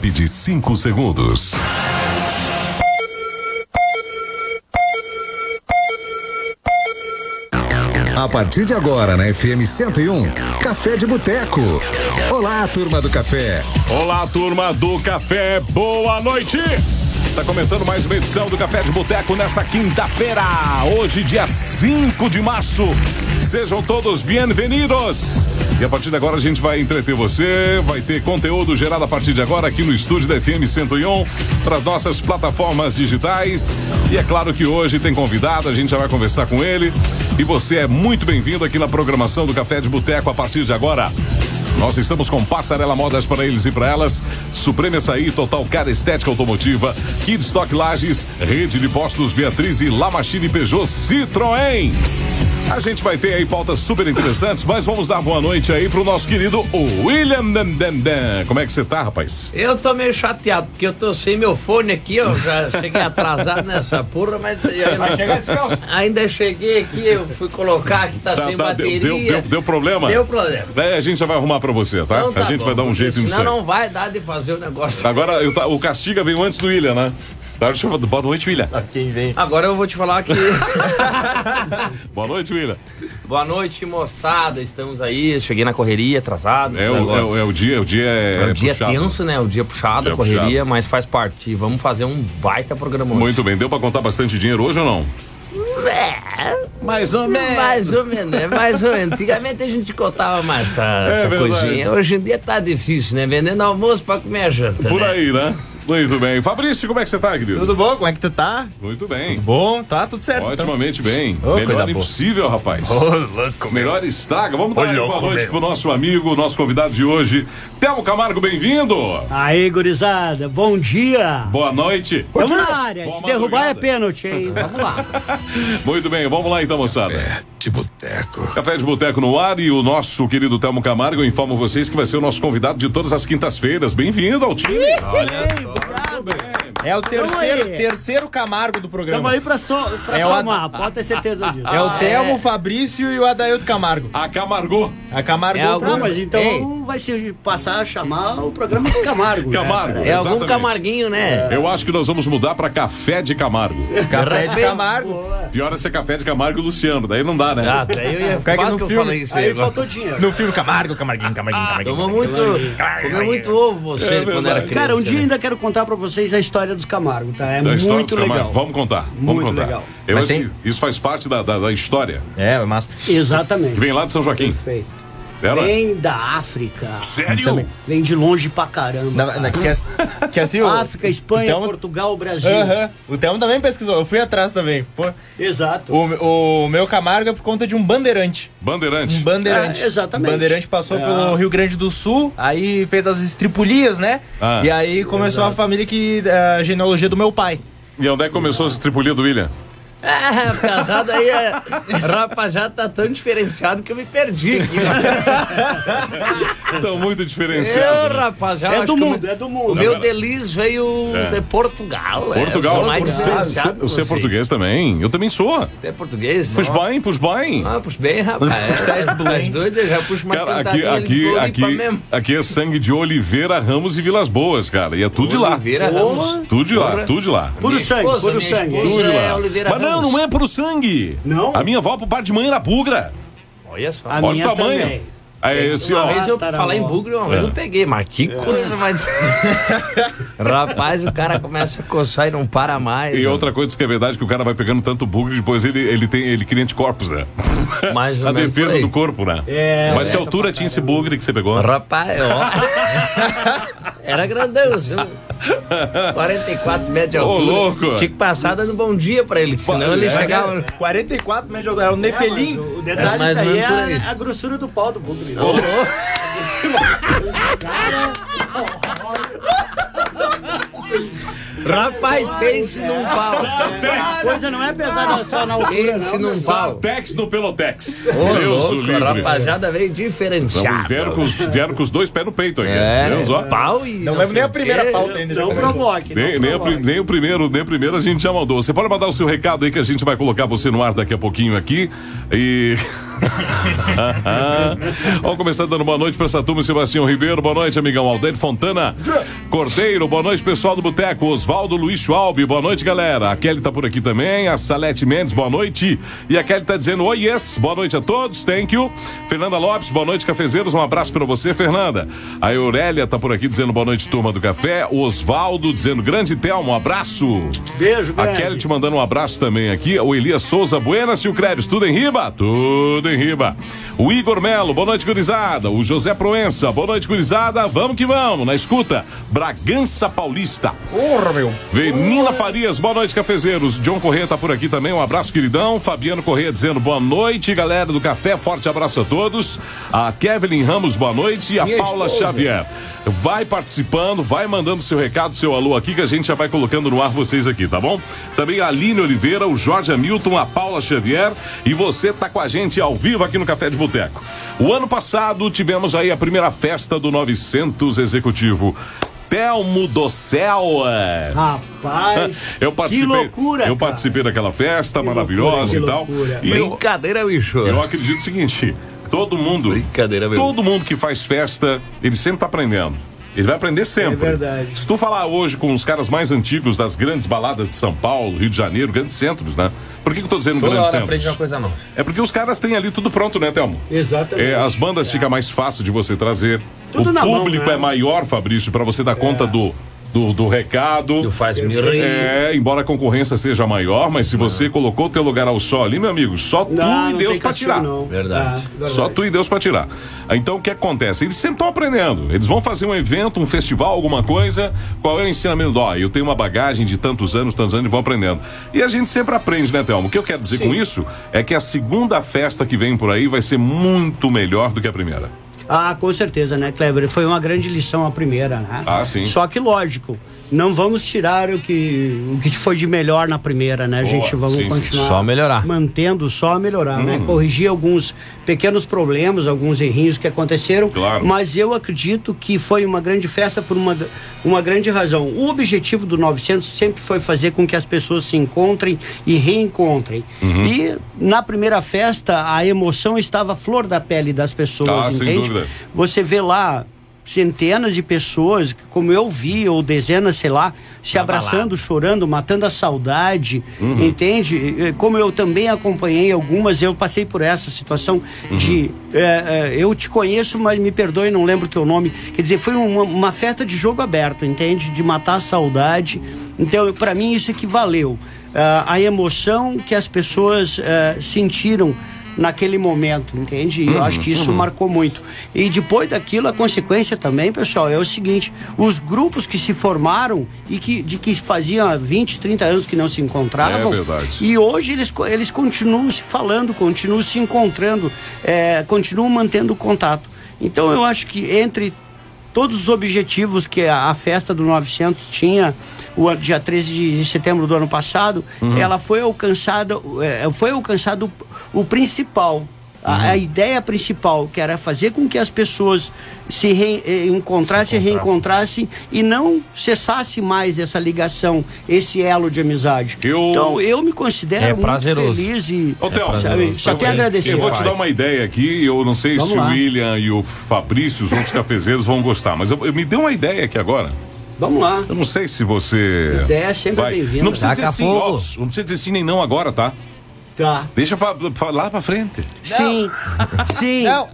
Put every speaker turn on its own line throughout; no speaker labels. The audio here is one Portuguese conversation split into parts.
clipe de 5 segundos.
A partir de agora na FM 101, Café de Boteco. Olá, turma do café.
Olá, turma do café. Boa noite. Está começando mais uma edição do Café de Boteco nessa quinta-feira, hoje, dia 5 de março. Sejam todos bem-vindos. E a partir de agora a gente vai entreter você, vai ter conteúdo gerado a partir de agora aqui no estúdio da FM 101, para as um, nossas plataformas digitais. E é claro que hoje tem convidado, a gente já vai conversar com ele. E você é muito bem-vindo aqui na programação do Café de Boteco a partir de agora. Nós estamos com Passarela Modas para eles e para elas, Suprema Açaí, Total Cara Estética Automotiva, Kid Stock Lages, Rede de Postos Beatriz e La Machine Peugeot Citroën. A gente vai ter aí pautas super interessantes, mas vamos dar boa noite aí pro nosso querido William Dan Dan Dan. Como é que você tá, rapaz?
Eu tô meio chateado, porque eu tô sem meu fone aqui, eu já cheguei atrasado nessa porra, mas eu ainda, ainda cheguei aqui, eu fui colocar que tá,
Tá,
sem
tá, deu,
bateria.
deu, deu- deu problema?
Deu problema.
Daí a gente já vai arrumar pra você, tá?
Então tá
a gente
bom,
vai dar um
porque
jeito nisso
Senão
aí.
não vai dar de fazer o negócio.
Agora, eu ta- o Castiga veio antes do William, né? Tá, deixa eu- Boa noite, William.
Quem vem?
Agora eu vou te falar que.
Boa noite, William.
Boa noite, moçada. Estamos aí. Cheguei na correria, atrasado.
É
né,
o,
agora.
é, o- é o dia, o dia é,
O dia
puxado.
é tenso, né? O dia puxado,
Dia
a correria,
puxado.
mas faz parte. Vamos fazer um baita programa hoje.
Muito bem, deu pra contar bastante dinheiro hoje ou não?
É.
Mais ou menos.
Mais ou menos, né? Mais ou menos. Antigamente a gente contava mais essa, essa
É verdade.
coisinha. Hoje em dia tá difícil, né? Vendendo almoço pra comer a janta.
Por
né?
aí, né? Muito bem. Fabrício, como é que você tá, querido?
Tudo bom? Como é que tu tá?
Muito bem.
Bom, tá tudo certo.
Otimamente bem.
Ô, coisa
Melhor
boa.
impossível, rapaz.
Ô, louco, meu.
Melhor estraga. Vamos dar
Ô,
uma boa
louco,
noite
meu.
pro nosso amigo, nosso convidado de hoje, Telmo Camargo, bem-vindo.
Aí, gurizada, bom dia.
Boa noite.
Tamo na área.
Boa
Se derrubar é
madrugada.
pênalti, hein? Vamos lá.
Muito bem, vamos lá então, moçada.
de boteco.
Café de Boteco no ar e o nosso querido Telmo Camargo, eu informo vocês que vai ser o nosso convidado de todas as quintas-feiras. Bem-vindo ao time.
É o terceiro,
aí.
terceiro Camargo do
Tamo
programa.
aí Ah, pra, so, pra
É o
somar, pode ter certeza disso.
É o Telmo, o Fabrício e o Adaildo Camargo.
A Camargo.
A Camargo
É
o
algum-
Não,
programa.
mas então
Ei.
vai se passar a chamar o programa de Camargo. né?
Camargo.
É algum
exatamente.
camarguinho, né?
Eu acho que nós vamos mudar pra Café de Camargo.
Café de
Repente-
Camargo.
Pior é ser Café de Camargo e Luciano, daí não dá, né?
Ah, daí
é
eu ia
Fica aqui
quase
no
que eu
filme.
falei isso aí.
Aí
agora. é
faltou dinheiro.
No filme Camargo, Camarguinho, Camarguinho,
Ah,
Camarguinho.
Tomou muito. Comeu muito ovo você
É
quando era
verdade.
criança.
Cara, um dia
né?
ainda quero contar pra vocês a história dos Camargo, tá? É
Da história
muito
dos Camargo.
legal.
Vamos contar. Vamos
Muito
contar.
legal.
Eu
Mas
acho
tem-
que isso faz parte da, da, da história.
É, mas.
Que
Exatamente.
vem lá de São Joaquim.
Perfeito.
Ela?
Vem da África.
Sério?
Também.
Vem de longe pra caramba.
Na, na,
cara.
que, as- que assim, o-
África, Espanha,
Então-
Portugal, Brasil.
Aham. O Telmo também pesquisou. Eu fui atrás também. Pô,
Exato.
o, o meu Camargo é por conta de um bandeirante.
Bandeirante.
Um bandeirante.
É, exatamente.
Um bandeirante passou
É.
pelo Rio Grande do Sul, aí fez as estripulias, né?
Ah.
E aí começou a família que. eh, a genealogia do meu pai.
E onde é que começou esse tripulia do William?
Ah, rapaziada aí, é... rapaziada tá tão diferenciado que eu me perdi aqui. né?
Estão muito
Eu,
diferenciados. né?
rapaziada.
É
acho
do
que o
mundo,
meu-
é do
O
mundo.
meu
cara.
Delis veio
É.
de Portugal. é. Eu
Portugal,
sou mais
você,
diferenciado
você-
que
você é
vocês.
português também? Eu também sou.
Você é português?
Pus
Não.
bem, pus bem.
Ah, puxa bem, rapaz.
testes do
As
Belém.
doidas já puxa uma
Cara, aqui,
cantadinha de
aqui,
Floripa
aqui,
mesmo.
aqui é sangue de Oliveira, Ramos e Vilas Boas, cara. E é tudo de lá.
Oliveira
Boa.
Ramos.
Tudo de lá, tudo de lá.
Puro
Minha
sangue,
esposa,
puro
minha
sangue.
esposa.
Tudo de
é
lá.
Oliveira
Mas não,
Ramos.
não é pro sangue.
Não?
A minha avó pro par de mãe era bugra.
Olha só.
A
Olha
minha
o tamanho.
também.
Aí, assim,
Uma
ó.
vez eu
Tataravó.
falar em bugre, uma
É.
vez eu peguei, mas que coisa mais. Rapaz, o cara começa a coçar e não para mais.
E outra coisa que é verdade que o cara vai pegando tanto bugre depois ele, ele tem ele cria anticorpos, né?
Mais ou
A
menos por
defesa
aí.
do corpo, né?
É,
Mas que altura tinha esse bugre que você pegou?
Rapaz, ó. Era grandão, viu? 44 metros de
Ô,
altura.
louco.
Tinha que passar dando bom dia pra ele, que senão ele
É,
chegava.
44 metros de altura. Era o Nefelim.
O
É
detalhe
mais ou
daí é
menos por aí.
a, a grossura do pau do bugre. né?
Rapaz, pense num pau.
A coisa não é pesada só na altura,
Pense
não.
num pau.
Tex no Pelotex.
Ô,
Deus o
louco, a
livre.
rapaziada veio
Então,
diferenciada.
vieram, com os, vieram com os dois pés no peito aí.
É,
Deus, ó.
pau e.
Não lembro
sei
nem a
o
primeira
quê.
pauta ainda. né? já
Não
começou.
provoque, não tá
Nem, nem, a pri-
provoque.
nem o primeiro, nem o primeiro a gente já mandou. Você pode mandar o seu recado aí que a gente vai colocar você no ar daqui a pouquinho aqui. E Vamos começar dando boa noite pra essa turma, Sebastião Ribeiro, boa noite, amigão Aldeir Fontana, Cordeiro, boa noite, pessoal do Boteco, Oswaldo Luiz Schwalbe, boa noite, galera. A Kelly tá por aqui também, a Salete Mendes, boa noite. E a Kelly tá dizendo oi, yes, boa noite a todos, thank you. Fernanda Lopes, boa noite, cafezeiros, um abraço pra você, Fernanda. A Eurélia tá por aqui dizendo boa noite, turma do café. O Oswaldo dizendo grande Thelma, um abraço.
Beijo,
A
grande.
Kelly te mandando um abraço também aqui. O Elias Souza, Buenas e o Krebs, tudo em riba? Tudo em riba. O Igor Melo, boa noite, gurizada. O José Proença, boa noite, gurizada. Vamos que vamos, na escuta. Bragança Paulista.
Porra, meu.
Venila Farias, boa noite, cafezeiros. John Corrêa tá por aqui também, um abraço, queridão. Fabiano Corrêa dizendo boa noite, galera do café, forte abraço a todos. A Kevin Ramos, boa noite. E a
Minha
Paula
esposa.
Xavier. Vai participando, vai mandando seu recado, seu alô aqui, que a gente já vai colocando no ar vocês aqui, tá bom? Também a Aline Oliveira, o Jorge Hamilton, a Paula Xavier e você tá com a gente ao vivo aqui no Café de Boteco. O ano passado tivemos aí a primeira festa do 900 Executivo. Telmo do Céu! é.
Rapaz,
Eu participei.
que loucura,
eu
cara.
participei daquela festa maravilhosa
loucura, que
e tal.
loucura.
E eu,
Brincadeira, bicho.
eu acredito o seguinte: todo mundo,
Brincadeira, meu.
todo mundo que faz festa, ele sempre tá aprendendo. Ele vai aprender sempre.
É verdade.
Se tu falar hoje com os caras mais antigos das grandes baladas de São Paulo, Rio de Janeiro, grandes centros, né? Por que, que eu tô dizendo
Toda
grandes
hora aprende uma
centros?
coisa nova.
É porque os caras têm ali tudo pronto, né, Telmo?
Exatamente.
É, as bandas fica mais fácil de você trazer.
Tudo
o
na mão,
público
né? É.
é maior, Fabrício, pra você dar conta do, do, do recado.
Tu faz me rir.
É, embora a concorrência seja maior, mas se você colocou o teu lugar ao sol ali, meu amigo, só tu
Não,
e
não
Deus
tem
pra
castigo,
tirar.
não.
Verdade.
Ah, verdade.
Só tu e Deus pra tirar. Então o que acontece? Eles sempre estão aprendendo. Eles vão fazer um evento, um festival, alguma coisa. Qual é o ensinamento? Ó, eu tenho uma bagagem de tantos anos, tantos anos e vão aprendendo. E a gente sempre aprende, né, Thelmo? O que eu quero dizer com isso é que a segunda festa que vem por aí vai ser muito melhor do que a primeira.
Ah, com certeza, né, Kleber? Foi uma grande lição a primeira, né?
Ah, sim.
Só que, lógico, não vamos tirar o que, o que foi de melhor na primeira, né, gente? Vamos
sim, Hum. sim.
continuar.
Só melhorar.
Mantendo, só melhorar, né? Corrigir alguns pequenos problemas, alguns errinhos que aconteceram.
Claro.
Mas eu acredito que foi uma grande festa por uma, uma grande razão. O objetivo do 900 sempre foi fazer com que as pessoas se encontrem e reencontrem.
Uhum.
E na primeira festa, a emoção estava à flor da pele das pessoas,
Ah, sem
entende?
dúvida.
Você vê lá centenas de pessoas, como eu vi, ou dezenas, sei lá, se abraçando, chorando, matando a saudade,
Uhum.
entende? Eh, Como eu também acompanhei algumas, eu passei por essa situação
Uhum.
de eh, eh, eu te conheço, mas me perdoe, não lembro teu nome. Quer dizer, foi uma, uma festa de jogo aberto, entende? De matar a saudade. Então, para mim, isso é que valeu. Ah, a emoção que as pessoas eh, sentiram naquele momento, entende? E eu acho que
Uhum.
isso marcou muito. E depois daquilo, a consequência também, pessoal, é o seguinte: os grupos que se formaram e que, de que faziam há 20, 30 anos que não se encontravam.
É verdade.
E hoje eles, co- eles continuam se falando, continuam se encontrando, é, continuam mantendo o contato. Então eu acho que entre todos os objetivos que a, a festa do 900 tinha, o ano- dia 13 de setembro do ano passado, ela foi alcançada, é, foi alcançado o, o principal. A, a ideia principal, que era fazer com que as pessoas se re- eh, encontrassem, reencontrassem e não cessasse mais essa ligação, esse elo de amizade.
Eu-
Então, eu me considero
É
muito
prazeroso.
feliz e
Ô, Théo,
sabe, só tenho a agradecer.
Eu vou te dar um- uma ideia aqui, eu não sei
Vamos
se
lá.
o William e o Fabrício, os outros cafezeiros, vão gostar, mas eu, eu- me deu uma ideia aqui agora.
Vamos lá.
Eu não sei se você.
Ideia sempre
vai.
bem-vinda.
Não precisa
Taca
dizer sim,
fogo.
ó, não precisa dizer sim nem não agora, tá?
Tá.
Deixa pra, pra lá pra frente.
Sim. Sim.
Não,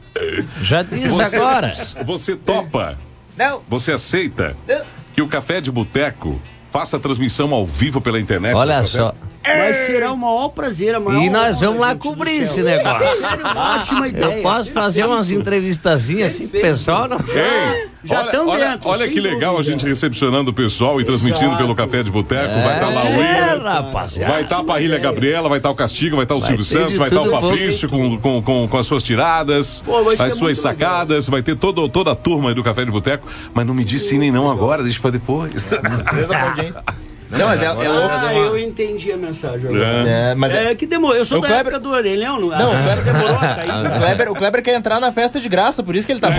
já disse
Você-
agora.
Você topa,
Não.
você aceita
Não.
que o Café de Boteco faça a transmissão ao vivo pela internet?
Olha
nessa
só.
festa?
Mas será o maior prazer, a maior
E nós
honra,
vamos lá
gente do
cobrir esse
céu.
negócio.
Ótima ideia.
Eu posso fazer umas entrevistazinhas assim pro pessoal? Não...
Ei,
Ah, Já
olha,
tão
olha,
dentro,
olha
sem
que legal a
dúvida.
gente recepcionando o pessoal e transmitindo
Exato.
pelo Café de Boteco. vai estar lá o
É,
William.
rapaziada.
Vai estar a Parrilha Gabriela, vai estar o Castigo, vai estar o Silvio
ter
Santos,
de
vai estar o
tudo,
Fabrício com, com, com, com as suas tiradas,
Pô, vai ser
as suas
muito
sacadas, vai ter todo, toda a turma aí do Café de Boteco. Mas não me diz sim nem não agora, deixa pra depois.
Beleza, audiência? Não, mas é, é o.
Ah, eu entendi a mensagem agora.
É, mas é-
É que demorou. Eu sou
O
da
Kleber-
época do orelhão. Não,
Não,
Ah,
o Kleber-
demorou a cair.
O Kleber, o Kleber quer entrar na festa de graça, por isso que ele tá bom.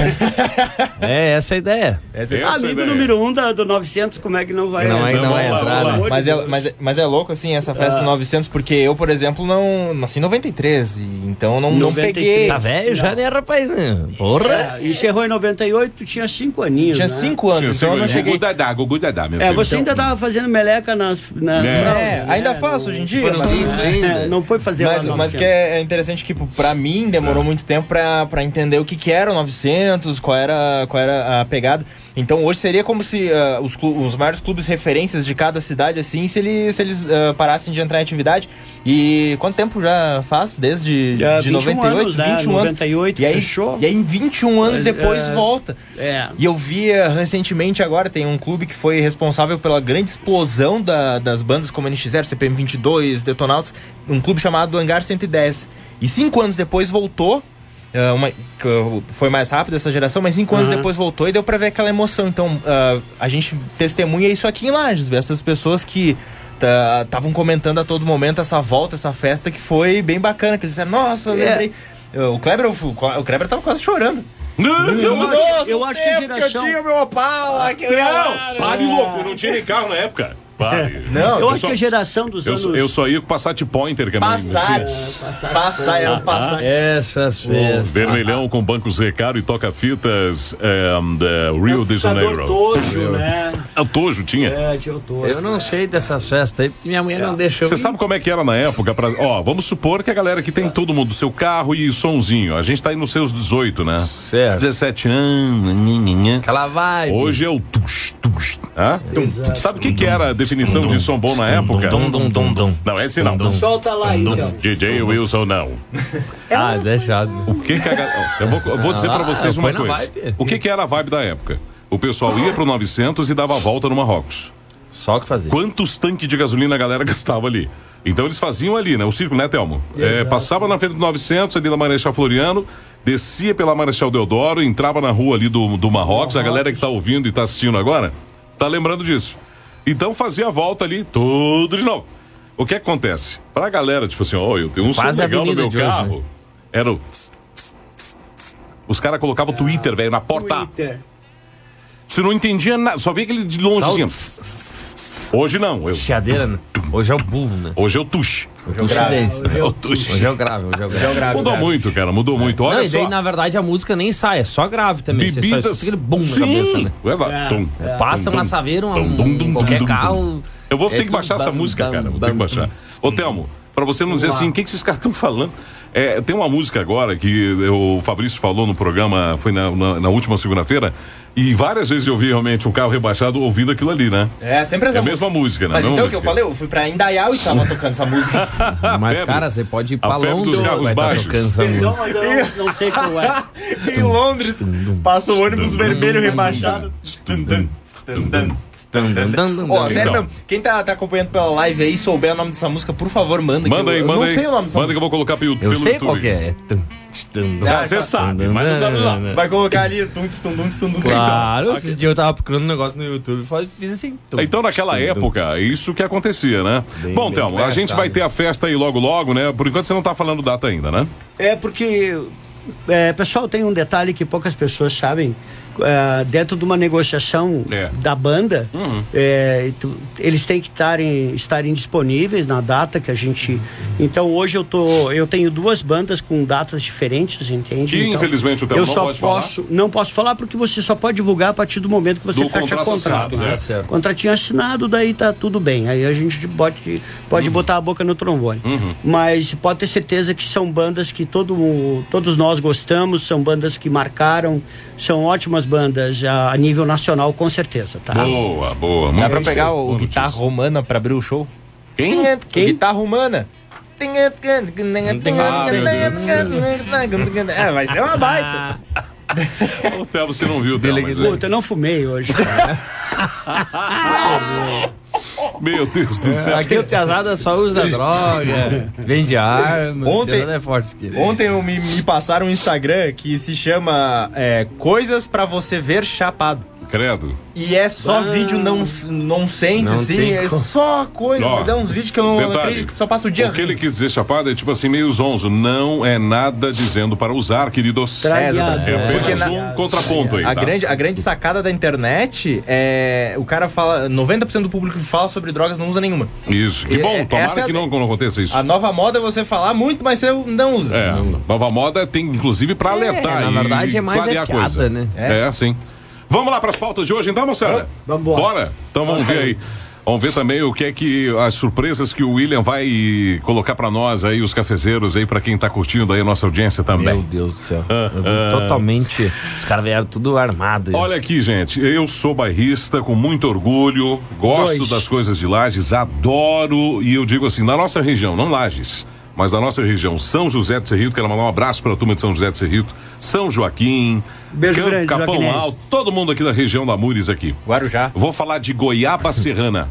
É, essa é a ideia.
Essa-
Essa
Amigo
ideia.
número um da, do 900, como é que não vai
Não, aí
Então
não vai
vamos lá,
entrar,
vamos
né?
lá.
Mas é, mas, é- mas é louco, assim, essa festa 900, porque eu, por exemplo, não nasci em 93, e então não, não
93.
peguei.
Tá velho já, né, rapaz? né? Porra!
É, e você errou em 98, tu tinha 5 aninhos.
Tinha
né?
5 anos,
Tinha
então eu não
sido- Gugu
cheguei.
Dadá, Gugu Dadá, meu
É,
filho.
você ainda tava fazendo meleca nas. nas
Então- É.
fraldas,
É,
né?
ainda faço hoje em dia,
Foram
mas,
lindos
É,
ainda.
não foi fazer
mas,
lá
mas
900.
que é é interessante que tipo, pra mim demorou
É.
muito tempo pra, pra entender o que, que era o 900, qual era, qual era a pegada. Então hoje seria como se ah, os, clu- os maiores clubes referências de cada cidade, assim, se eles, se eles ah, parassem de entrar em atividade. E quanto tempo já faz? Desde
Já
de
21
98,
anos, né?
21 anos.
98
e aí,
fechou.
E aí em 21 anos
Mas,
depois
é,
volta.
é.
E eu vi ah, recentemente agora, tem um clube que foi responsável pela grande explosão da- das bandas como NX 0, CPM 22, Detonautas, um clube chamado Hangar 110. E cinco anos depois voltou, ah, uma- que, ah, foi mais rápido essa geração, mas cinco anos
Aham.
depois voltou e deu pra ver aquela emoção. Então ah, a gente testemunha isso aqui em Lages, ver essas pessoas que estavam comentando a todo momento essa volta, essa festa que foi bem bacana, que eles disseram, nossa, eu
É.
lembrei. Ah, O Kleber, o Kleber tava quase chorando.
Não, não, não.
Nossa,
eu
o
acho que
tempo
geração-
eu tinha o meu Opala, que eu
Não, pare louco, não tinha nem carro na época. Pare.
Não,
Eu
eu
acho
só-
que a geração dos
Eu,
anos.
só- eu só ia com Passat Pointer, que a minha-
Passat. Passat, era um Passat.
Essas
Pô,
festas.
Vermelhão com bancos Recaro e toca-fitas and, uh,
É um
Rio de Janeiro.
computador Tojo, né?
Ah, O Tojo tinha.
É, tinha o Tojo.
Eu não sei dessas festas aí, porque minha mulher não deixou.
Você sabe como é que era na época? Pra... Ó, vamos supor que a galera que tem todo mundo seu carro e sonzinho. A gente tá aí nos seus 18, né?
Certo.
17 anos. nhanhanhã.
Aquela vibe.
Hoje é o tux, tux. Hã? Sabe o que, que era a definição de som bom na época?
Dum, dum, dum, dum.
Não, esse não.
Solta lá, então.
DJ Wilson, não.
Ah, deixado.
O que que a ga- Ó, eu vou, eu vou dizer pra vocês
Ah,
uma
foi na
coisa.
vibe.
O que, que era a vibe da época? O pessoal ia pro 900 e dava a volta no Marrocos.
Só o que fazer.
Quantos tanques de gasolina a galera gastava ali? Então eles faziam ali, né? O círculo, né, Telmo? É, passava na frente do 900, ali na Marechal Floriano, descia pela Marechal Deodoro, entrava na rua ali do, do Marrocos. A galera que tá ouvindo e tá assistindo agora tá lembrando disso. Então fazia a volta ali, tudo de novo. O que acontece? Pra galera, tipo assim, ó, eu tenho um som
Quase a
legal no
avenida
meu
de hoje,
carro.
né?
Era o... tss, tss, tss, tss. Os caras colocavam o Twitter, velho, na porta.
Twitter.
Você não entendia nada, só via aquele de longe assim. ó. Hoje não, eu...
Chadeira, né? Hoje é o burro, né?
Hoje é o tuche.
Hoje é o chinês.
É o tuche.
Hoje é o grave, hoje é o grave.
Mudou muito, cara, mudou muito. Olha
Não, e
só.
daí, na verdade, a música nem sai, é só grave também. Você só
bebidas.
escuta aquele bum na cabeça, né?
É lá, tum,
Passa
tum,
uma
tum,
saveira, um-
tum, tum, tum,
qualquer
tum, tum,
carro,
tum. Eu vou
é
ter que
tudo
baixar essa
bam,
música,
bam,
cara. Vou ter que
bam,
baixar. Ô, Telmo, pra você não dizer assim, o que que esses caras estão falando? É, tem uma música agora que eu- o Fabrício falou no programa, foi na, na- na última segunda-feira, e várias vezes eu vi realmente um carro rebaixado ouvindo aquilo ali, né?
É, sempre
É
essa
a mesma música, né?
Mas
Mesma
é
então o que eu
música.
falei, eu fui pra Indaial e tava tocando essa música.
Mas,
febre.
cara, você pode ir
A
pra
febre dos
Londres.
carros
vai tá
baixos.
tocando essa
Perdão,
música.
mas eu não sei qual é.
em Londres, passa o ônibus vermelho rebaixado. Ó, sério
Então.
mesmo, quem tá, tá acompanhando pela live aí e souber o nome dessa música, por favor, manda. que
Manda aí,
eu,
manda
eu não
aí.
sei o nome dessa
manda que eu
música.
vou colocar pelo,
Eu
pelo
sei
YouTube.
qual que é. É tum, tum,
Ah,
tum,
você
tá.
sabe, mas não sabe lá. então.
tum,
Vai colocar ali, tum, tum, tum, tum, tum.
Claro, esses dias eu tava procurando um negócio no YouTube e fiz assim. tum,
Então, naquela
tum, tum.
época, isso que acontecia, né?
Bem,
Bom,
bem
Thelmo, a gente
engraçado.
vai ter a festa aí logo, logo, né? Por enquanto você não tá falando data ainda, né?
É porque, é, pessoal, tem um detalhe que poucas pessoas sabem. É, dentro de uma negociação
É. Uhum.
da banda, é, e tu- eles têm que tarem- estarem disponíveis na data que a gente. Então hoje eu tô, eu tenho duas bandas com datas diferentes, entende?
Que,
Então,
infelizmente, o Theo
eu
não
só
pode falar.
posso, não posso falar porque você só pode divulgar a partir do momento que você
Do
fecha
contrato
contrato.
assinado, né?
né? Contratinho assinado, daí tá tudo bem. Aí a gente pode,
Uhum.
pode botar a boca no trombone. Mas pode ter certeza que são bandas que todo, mu- todos nós gostamos, são bandas que marcaram, são ótimas bandas a, a nível nacional, com certeza, tá?
Boa, boa.
Dá
muito
pra
bem.
pegar o,
Boa
o guitarra
notícia.
romana pra abrir o show?
Quem?
Quem? Guitarra humana. É, vai ser uma baita.
O Thelmo, você não viu, Thelmo. mas,
Puta, eu não fumei hoje.
é. Meu Deus do céu.
Aqui o Piazada só usa droga, vende arma.
Ontem-
Piazada é forte aqui.
Ontem eu me, me passaram um Instagram que se chama é, Coisas pra você ver chapado.
Credo.
E é só vídeo não, nonsense,
Não
assim.
tem
É
como.
só coisa.
Ó,
Me dá uns vídeos que eu não
detalhe,
acredito que só passa o dia.
O que ele quis dizer, Chapada, é tipo assim, meio zonzo. Não é nada dizendo para usar, queridos.
Tragueado.
É
Porque
apenas
na-
um contraponto aí.
A
tá?
grande, a grande sacada da internet é. O cara fala. 90% do público que fala sobre drogas não usa nenhuma.
Isso. Que
E-
bom,
é- essa
tomara
é a-
que não, não aconteça isso.
A nova moda é você falar muito, mas você não usa.
É, nova moda tem inclusive pra alertar.
na
e
verdade, é mais
clarear
é
a coisa.
piada, né?
É. sim. Vamos lá pras pautas de hoje, então, moçada?
Vamos embora.
Bora? Então vamos ver aí. Vamos ver também o que é que as surpresas que o William vai colocar pra nós aí, os cafezeiros aí, pra quem tá curtindo aí a nossa audiência
Meu
também.
Deus do céu. Eu vim totalmente. Os caras vieram tudo armado.
Olha aqui, gente, eu sou bairrista com muito orgulho, gosto
Dois.
das coisas de Lages, adoro, e eu digo assim, na nossa região, não Lages, mas na nossa região, São José de Serrito, quero mandar um abraço pra turma de São José de Serrito, São Joaquim,
Beijo
Campo
grande,
Capão
Joaquinense.
Alto, todo mundo aqui da região da Mures aqui.
Guarujá.
Vou falar de Goiaba Serrana,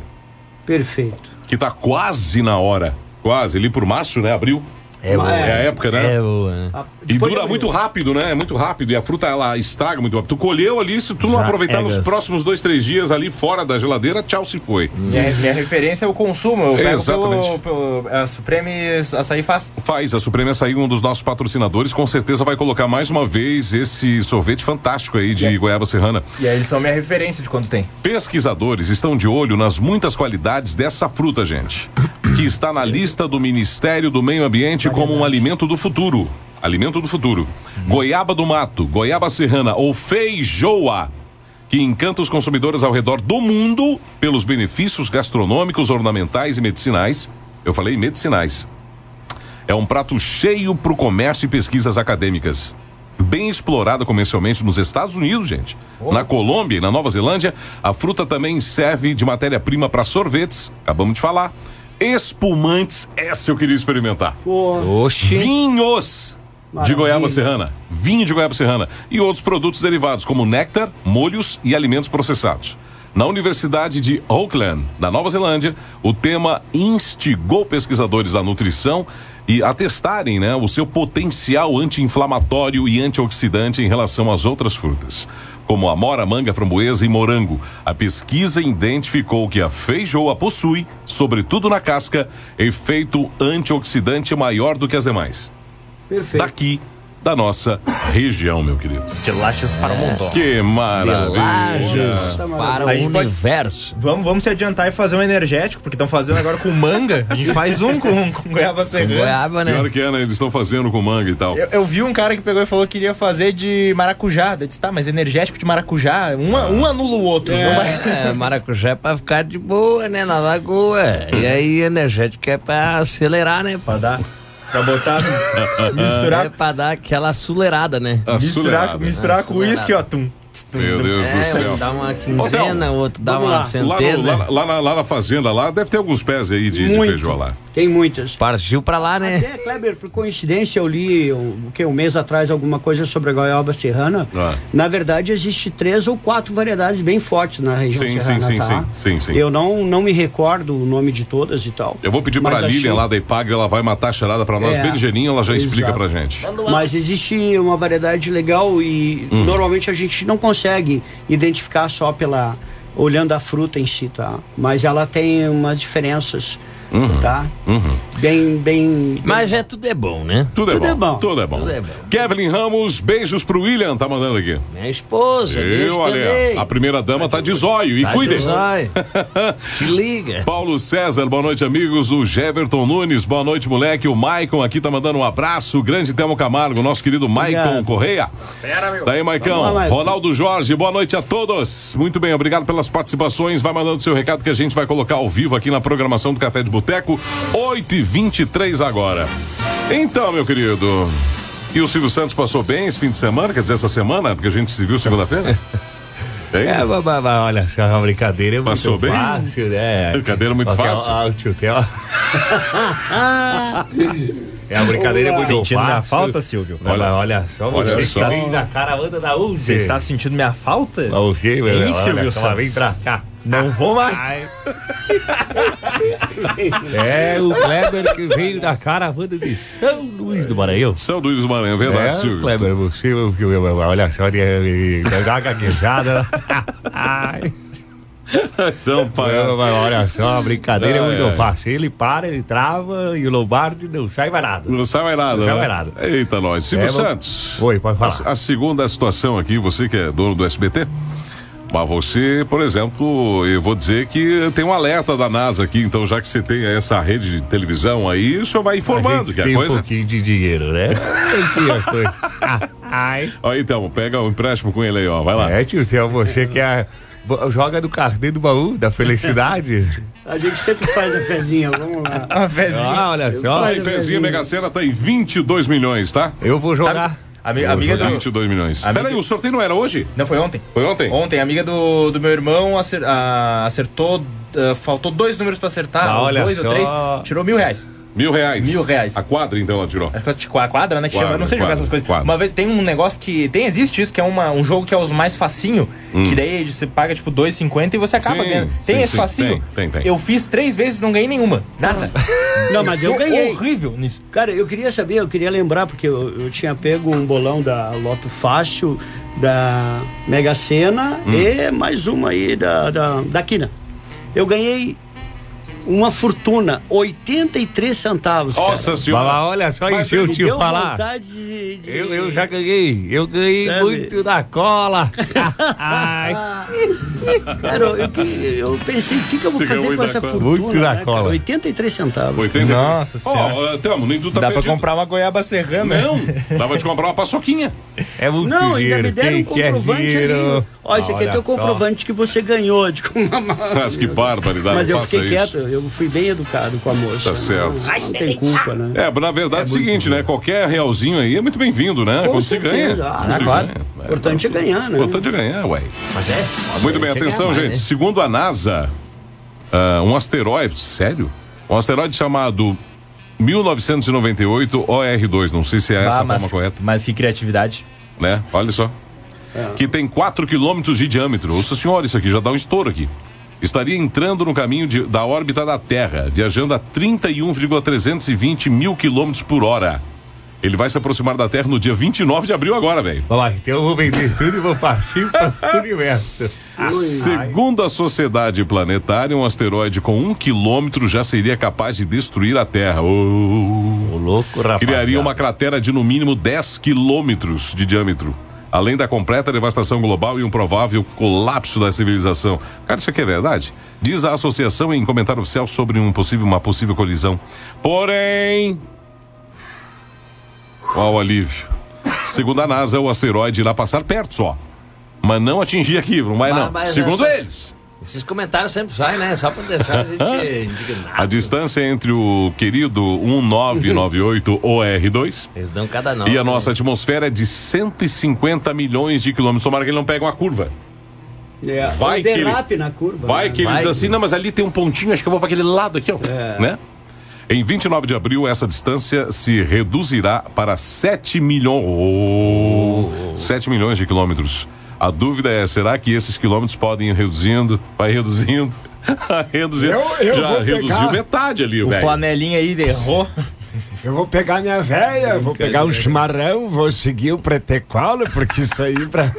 Perfeito.
que tá quase na hora, quase, ali por março, né, abril,
É,
boa.
é a época, né?
É boa, né?
Ah,
E
depois
dura
eu-
muito rápido, né? É muito rápido. E a fruta, ela estraga muito rápido. Tu colheu ali, se tu não
Já
aproveitar nos
pegas.
próximos dois, três dias ali fora da geladeira, tchau, se foi.
Minha, minha referência é o consumo. Eu pego
Exatamente.
Pelo, pelo, a Supreme Açaí faz.
Faz, a Suprema saiu um dos nossos patrocinadores, com certeza vai colocar mais uma vez esse sorvete fantástico aí de goiaba serrana.
E aí eles são minha referência de quando tem.
Pesquisadores estão de olho nas muitas qualidades dessa fruta, gente, que está na lista do Ministério do Meio Ambiente como um alimento do futuro. Alimento do futuro. Goiaba do mato, goiaba serrana ou feijoa, que encanta os consumidores ao redor do mundo pelos benefícios gastronômicos, ornamentais e medicinais. Eu falei medicinais. É um prato cheio para o comércio e pesquisas acadêmicas. Bem explorada comercialmente nos Estados Unidos, gente. Na Colômbia e na Nova Zelândia, a fruta também serve de matéria-prima para sorvetes, acabamos de falar. Espumantes, essa eu queria experimentar.
Pô,
Oxi.
Vinhos de
Maravilha.
goiaba serrana. Vinho de goiaba serrana. E outros produtos derivados, como néctar, molhos e alimentos processados. Na Universidade de Auckland, na Nova Zelândia, o tema instigou pesquisadores da nutrição e a testarem né, o seu potencial anti-inflamatório e antioxidante em relação às outras frutas, como amora, manga, framboesa e morango. A pesquisa identificou que a feijoa possui, sobretudo na casca, efeito antioxidante maior do que as demais
perfeito.
daqui da nossa região, meu querido.
De lajes para o mundo.
Que maravilha!
Lajes para o
A gente pode-
universo.
Vamos, vamos se adiantar e fazer um energético, porque estão fazendo agora com manga. A gente faz um com, com goiaba serrana.
Goiaba, né?
Pior que é, né? Eles estão fazendo com manga e tal.
Eu, eu vi um cara que pegou e falou que iria fazer de maracujá. Eu disse, tá, mas energético de maracujá, um,
Ah.
a- um anula o outro. Não vai-
É, maracujá é pra ficar de boa, né? Na lagoa. E aí, energético é pra acelerar, né?
Pra dar, pra botar,
É
misturar,
pra dar aquela acelerada, né?
Ah,
misturar,
Assurado.
misturar
né?
com
Acelerado.
uísque, ó, tum. tum,
Tá Meu
tum.
Deus do
É,
céu.
um dá um uma quinzena, o outro dá
Vamos
uma
lá.
Lá, no-
centena. né?
lá- lá na, lá na fazenda, lá deve ter alguns pés aí de, de
Muito.
feijoa lá.
Tem muitas.
Partiu pra lá,
É.
né?
Até, Kleber, por coincidência, eu li um, o que, um mês atrás alguma coisa sobre a goiaba serrana.
Ah.
Na verdade, existe três ou quatro variedades bem fortes na região
Sim,
serrana,
sim, sim,
tá?
sim, sim, sim.
Eu não, não me recordo o nome de todas e tal.
Eu vou pedir
Mas
pra
achei-
Lilian lá da IPAG, ela vai matar a charada pra nós.
É.
Benjaninha, ela já explica
Exato.
pra gente.
Mas existe uma variedade legal e
Hum.
normalmente a gente não consegue identificar só pela olhando a fruta em si, tá? Mas ela tem umas diferenças,
Uhum.
tá? Bem, bem.
Mas é tudo é bom, né?
Tudo é,
Tudo
bom,
é bom.
Tudo é bom.
Tudo é bom.
Kevin Ramos, beijos pro William, tá mandando aqui.
Minha esposa, Deus
Eu, olha,
também.
a primeira dama tá de zóio. E
Tá de
cuidem.
zóio. Te liga.
Paulo César, boa noite, amigos. O Jeverton Nunes, boa noite, moleque. O Maicon aqui tá mandando um abraço. O grande Telmo Camargo, nosso querido Maicon
Obrigado.
Correia. Daí, Maicão.
Vamos lá, Maicon.
Ronaldo Jorge, boa noite a todos. Muito bem, obrigado pelas participações. Vai mandando seu recado que a gente vai colocar ao vivo aqui na programação do Café de Boteco, 8h23 agora. Então, meu querido. E o Silvio Santos passou bem esse fim de semana? Quer dizer, essa semana? Porque a gente se viu segunda-feira? Bem?
É, mas, mas, mas, olha, só uma brincadeira é muito
Passou bem?
fácil, né?
Brincadeira muito
Só que, ó,
fácil.
ó, o tio Theo- É a brincadeira é muito
Sentindo
fácil.
a falta, Silvio?
Mas, mas, olha só,
Olha
você
só.
está bem na caravana da
Você
Uzi.
está sentindo minha falta?
Ok, meu Hein, olha, Silvio ela Santos? vem pra cá. Não vou mais. é o Kleber que veio da caravana de São Luís do Maranhão.
São Luís do Maranhão, verdade,
É,
Silvio.
Kleber, você, eu- eu- eu- olha só, ele- ele dá uma gaguejada. Ai, é?
São Paulo.
mas olha só, a brincadeira é
Ai, ai.
muito fácil. Ele para, ele trava e o Lombardi não sai mais nada.
Não sai mais nada.
Não sai
né?
mais nada.
Eita, nós. Silvio
É, vamos-
Santos.
Oi, pode
Tá
falar.
A, a segunda situação aqui, você que é dono do SBT. Mas você, por exemplo, eu vou dizer que tem um alerta da NASA aqui, então já que você tem essa rede de televisão aí, o senhor vai
A
informando
gente
que a
tem um
coisa.
pouquinho de dinheiro, né? Tem que a coisa. Ai.
Ó, então, pega o empréstimo com ele aí, ó. Vai lá.
É, tio, se é você que é- bo- joga no carnê do baú da felicidade.
A gente sempre faz a fezinha, vamos lá.
Uma vezinha.
ah, olha só.
Ó, a Ifezinha Mega Sena tá em 22 milhões, tá?
Eu vou jogar.
Ami- amiga do.
22 milhões.
Amiga-
Peraí, o sorteio não era hoje?
Não, foi ontem?
Foi ontem?
Ontem, amiga do, do meu irmão acer- ah, acertou. ah, faltou dois números pra acertar,
Ah,
ou
olha
dois ou
só.
três. Tirou mil reais.
Mil reais.
Mil reais.
A quadra, então, ela tirou.
Acho que é tipo a quadra, né? Que
Quadra,
chama. Eu não sei jogar
quadra,
essas coisas.
quadra.
Uma vez tem um negócio que. Tem, existe isso, que é uma, um jogo que é os mais facinho, que daí você paga tipo 2,50 e você acaba
Hum. Sim,
ganhando. Tem
sim,
esse
sim,
facinho?
tem, tem, tem.
Eu fiz três vezes e não ganhei nenhuma. Nada.
Não, mas eu
Sou
ganhei.
horrível nisso.
Cara, eu queria saber, eu queria lembrar, porque eu, eu tinha pego um bolão da Loto Fácil, da Mega Sena
Hum.
e mais uma aí da, da, da Quina. Eu ganhei uma fortuna, 83 centavos. cara.
Nossa
Mas,
senhora.
mas olha só,
Mas
encheu o
ele
tio
Deu
falar.
vontade de, de-
Eu, eu já ganhei. Eu ganhei
Sabe?
muito da cola. Ai,
Cara, eu, que- eu pensei, o que, que eu vou
Você ganhou
fazer
muito
com
da
essa
cola.
fortuna?
Muito da
né, cara?
cola.
83 centavos.
80.
Nossa Senhora.
Ó, Tamo, nem tudo tá
Dá pra
perdido.
comprar uma goiaba serrana.
Não, dava de comprar uma paçoquinha.
é muito
Não, ainda
dinheiro.
me deram
Quem
um
quer
comprovante ali.
dinheiro?
Ó, esse aqui é
Olha
teu
só.
comprovante que você ganhou. Digo,
Mas que barbaridade,
Mas eu
faça
fiquei
isso.
quieto, eu fui bem educado com a moça.
Tá certo.
Não, não tem culpa, né?
É, na verdade é o seguinte, né? Qualquer realzinho aí é muito bem-vindo, né?
Com
Quando se
certeza.
ganha.
Ah,
Quando se
claro.
ganha.
O importante é ganhar, né?
Importante é ganhar, ué.
é?
Muito bem, atenção, gente. Segundo a NASA, ah, um asteroide, sério? Um asteroide chamado 1998 OR2, não sei se é essa
Ah,
a forma
mas,
correta,
mas que criatividade.
né? Olha só. Que tem 4 quilômetros de diâmetro. Ouça, senhora, isso aqui já dá um estouro aqui. Estaria entrando no caminho de- da órbita da Terra, viajando a 31,320 mil quilômetros por hora. Ele vai se aproximar da Terra no dia 29 de abril agora, velho.
Vamos lá, então eu vou vender tudo e vou partir para o universo.
Segundo a Sociedade Planetária, um asteroide com um quilômetro já seria capaz de destruir a Terra.
O
Oh.
louco, rapaz.
Criaria uma cratera de no mínimo 10 quilômetros de diâmetro. Além da completa devastação global e um provável colapso da civilização. Cara, isso aqui é verdade? Diz a associação em comentário oficial sobre um possível, uma possível colisão. Porém. Qual alívio. Segundo a NASA, o asteroide irá passar perto só. Mas não atingir aqui, não vai
Mas-
não.
mas é
Segundo
essa-
eles.
Esses comentários sempre saem, né? Só pra deixar a gente indignado.
A distância entre o querido 1998 OR2
Eles dão cada não.
e a nossa atmosfera é de 150 milhões de quilômetros. Tomara que ele não pegue uma curva.
É,
Vai
um
que ele-
derrape na curva.
Vai
né?
que ele diz assim, não, mas ali tem um pontinho, acho que eu vou para aquele lado aqui, ó. Né? Em 29 de abril, essa distância se reduzirá para 7 milhões. Oh, 7 milhões de quilômetros. A dúvida é, será que esses quilômetros podem ir reduzindo? Vai reduzindo. reduzindo.
Eu- eu
Já
vou
reduziu
pegar-
metade ali,
O
velho.
flanelinha aí errou.
Eu vou pegar minha véia, vou pegar um chimarrão, vou seguir o protocolo, porque isso aí pra.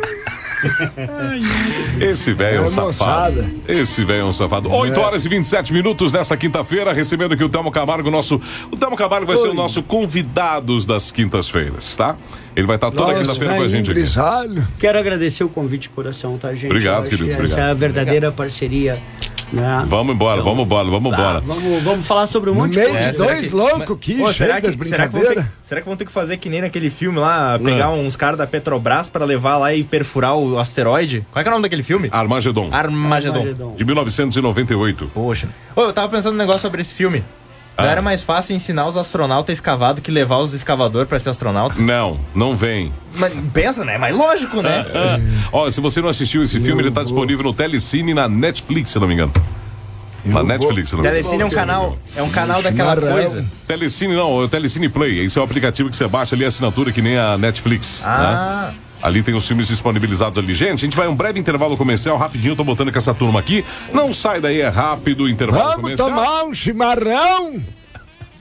Esse velho é um
É
safado.
moçada.
Esse velho é um safado. 8 horas e 27 minutos nessa quinta-feira, recebendo aqui o Telmo Camargo, nosso. O Telmo Camargo vai ser o nosso convidados das quintas-feiras, tá? Ele vai estar toda
Nós é
quinta-feira com a
vem
gente aqui.
grisalho.
Quero agradecer o convite de coração, tá, gente?
Obrigado,
Eu acho
querido,
que Essa
obrigado.
é a verdadeira parceria. Né? Tá,
Vamos embora, vamos embora, vamos embora.
Vamos, vamos falar sobre um
No
monte de
meio
coisa.
É,
de
será
dois
que-
loucos que
Ô,
chega
será, que,
das
será, que vão ter,
brincadeiras.
será que vão ter que fazer que nem naquele filme lá, pegar uns caras da Petrobras pra levar lá e perfurar o asteroide? Qual é, que é o nome daquele filme?
Ah. Armagedon,
Armagedon.
Armagedon.
de 1998.
Poxa. Ô, eu tava pensando um negócio sobre esse filme. Não
Ah.
era mais fácil ensinar os astronautas a escavado que levar os escavadores pra ser astronauta?
Não, não vem.
Mas pensa, né? Mas lógico, né?
Ah, Ó, se você não assistiu esse filme, ele tá disponível no Telecine e na Netflix, se não me engano. Na Netflix, se não me engano.
Telecine é um canal, é um canal daquela
Chimarrão.
coisa.
Telecine não, é o Telecine Play. Esse é o aplicativo que você baixa ali, a assinatura que nem a Netflix. né?
Ah.
Ali tem os filmes disponibilizados ali. Gente, a gente vai a um breve intervalo comercial, rapidinho, tô botando com essa turma aqui. Não sai daí, é rápido, intervalo
Vamos
comercial.
tomar um chimarrão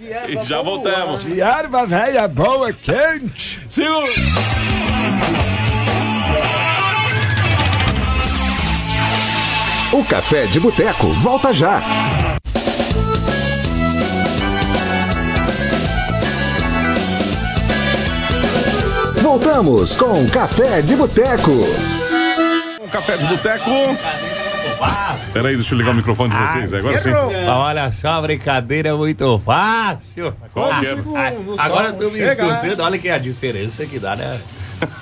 E já voltamos.
de erva velha boa quente.
Segura!
O Café de Boteco volta já. Voltamos com Café de Boteco.
Um café de boteco. Peraí, deixa eu ligar o microfone de vocês, agora sim.
Olha só, brincadeira é muito fácil.
Qual
Ah,
que é? né?
Agora eu tô me escutando, olha que a diferença que dá, né?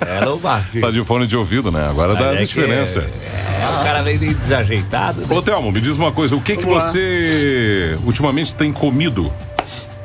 É louvar.
Tá de fone de ouvido, né? Agora dá
É que-
diferença.
É, o cara vem meio desajeitado. né?
Ô, Thelmo, me diz uma coisa. O que que você ultimamente tem comido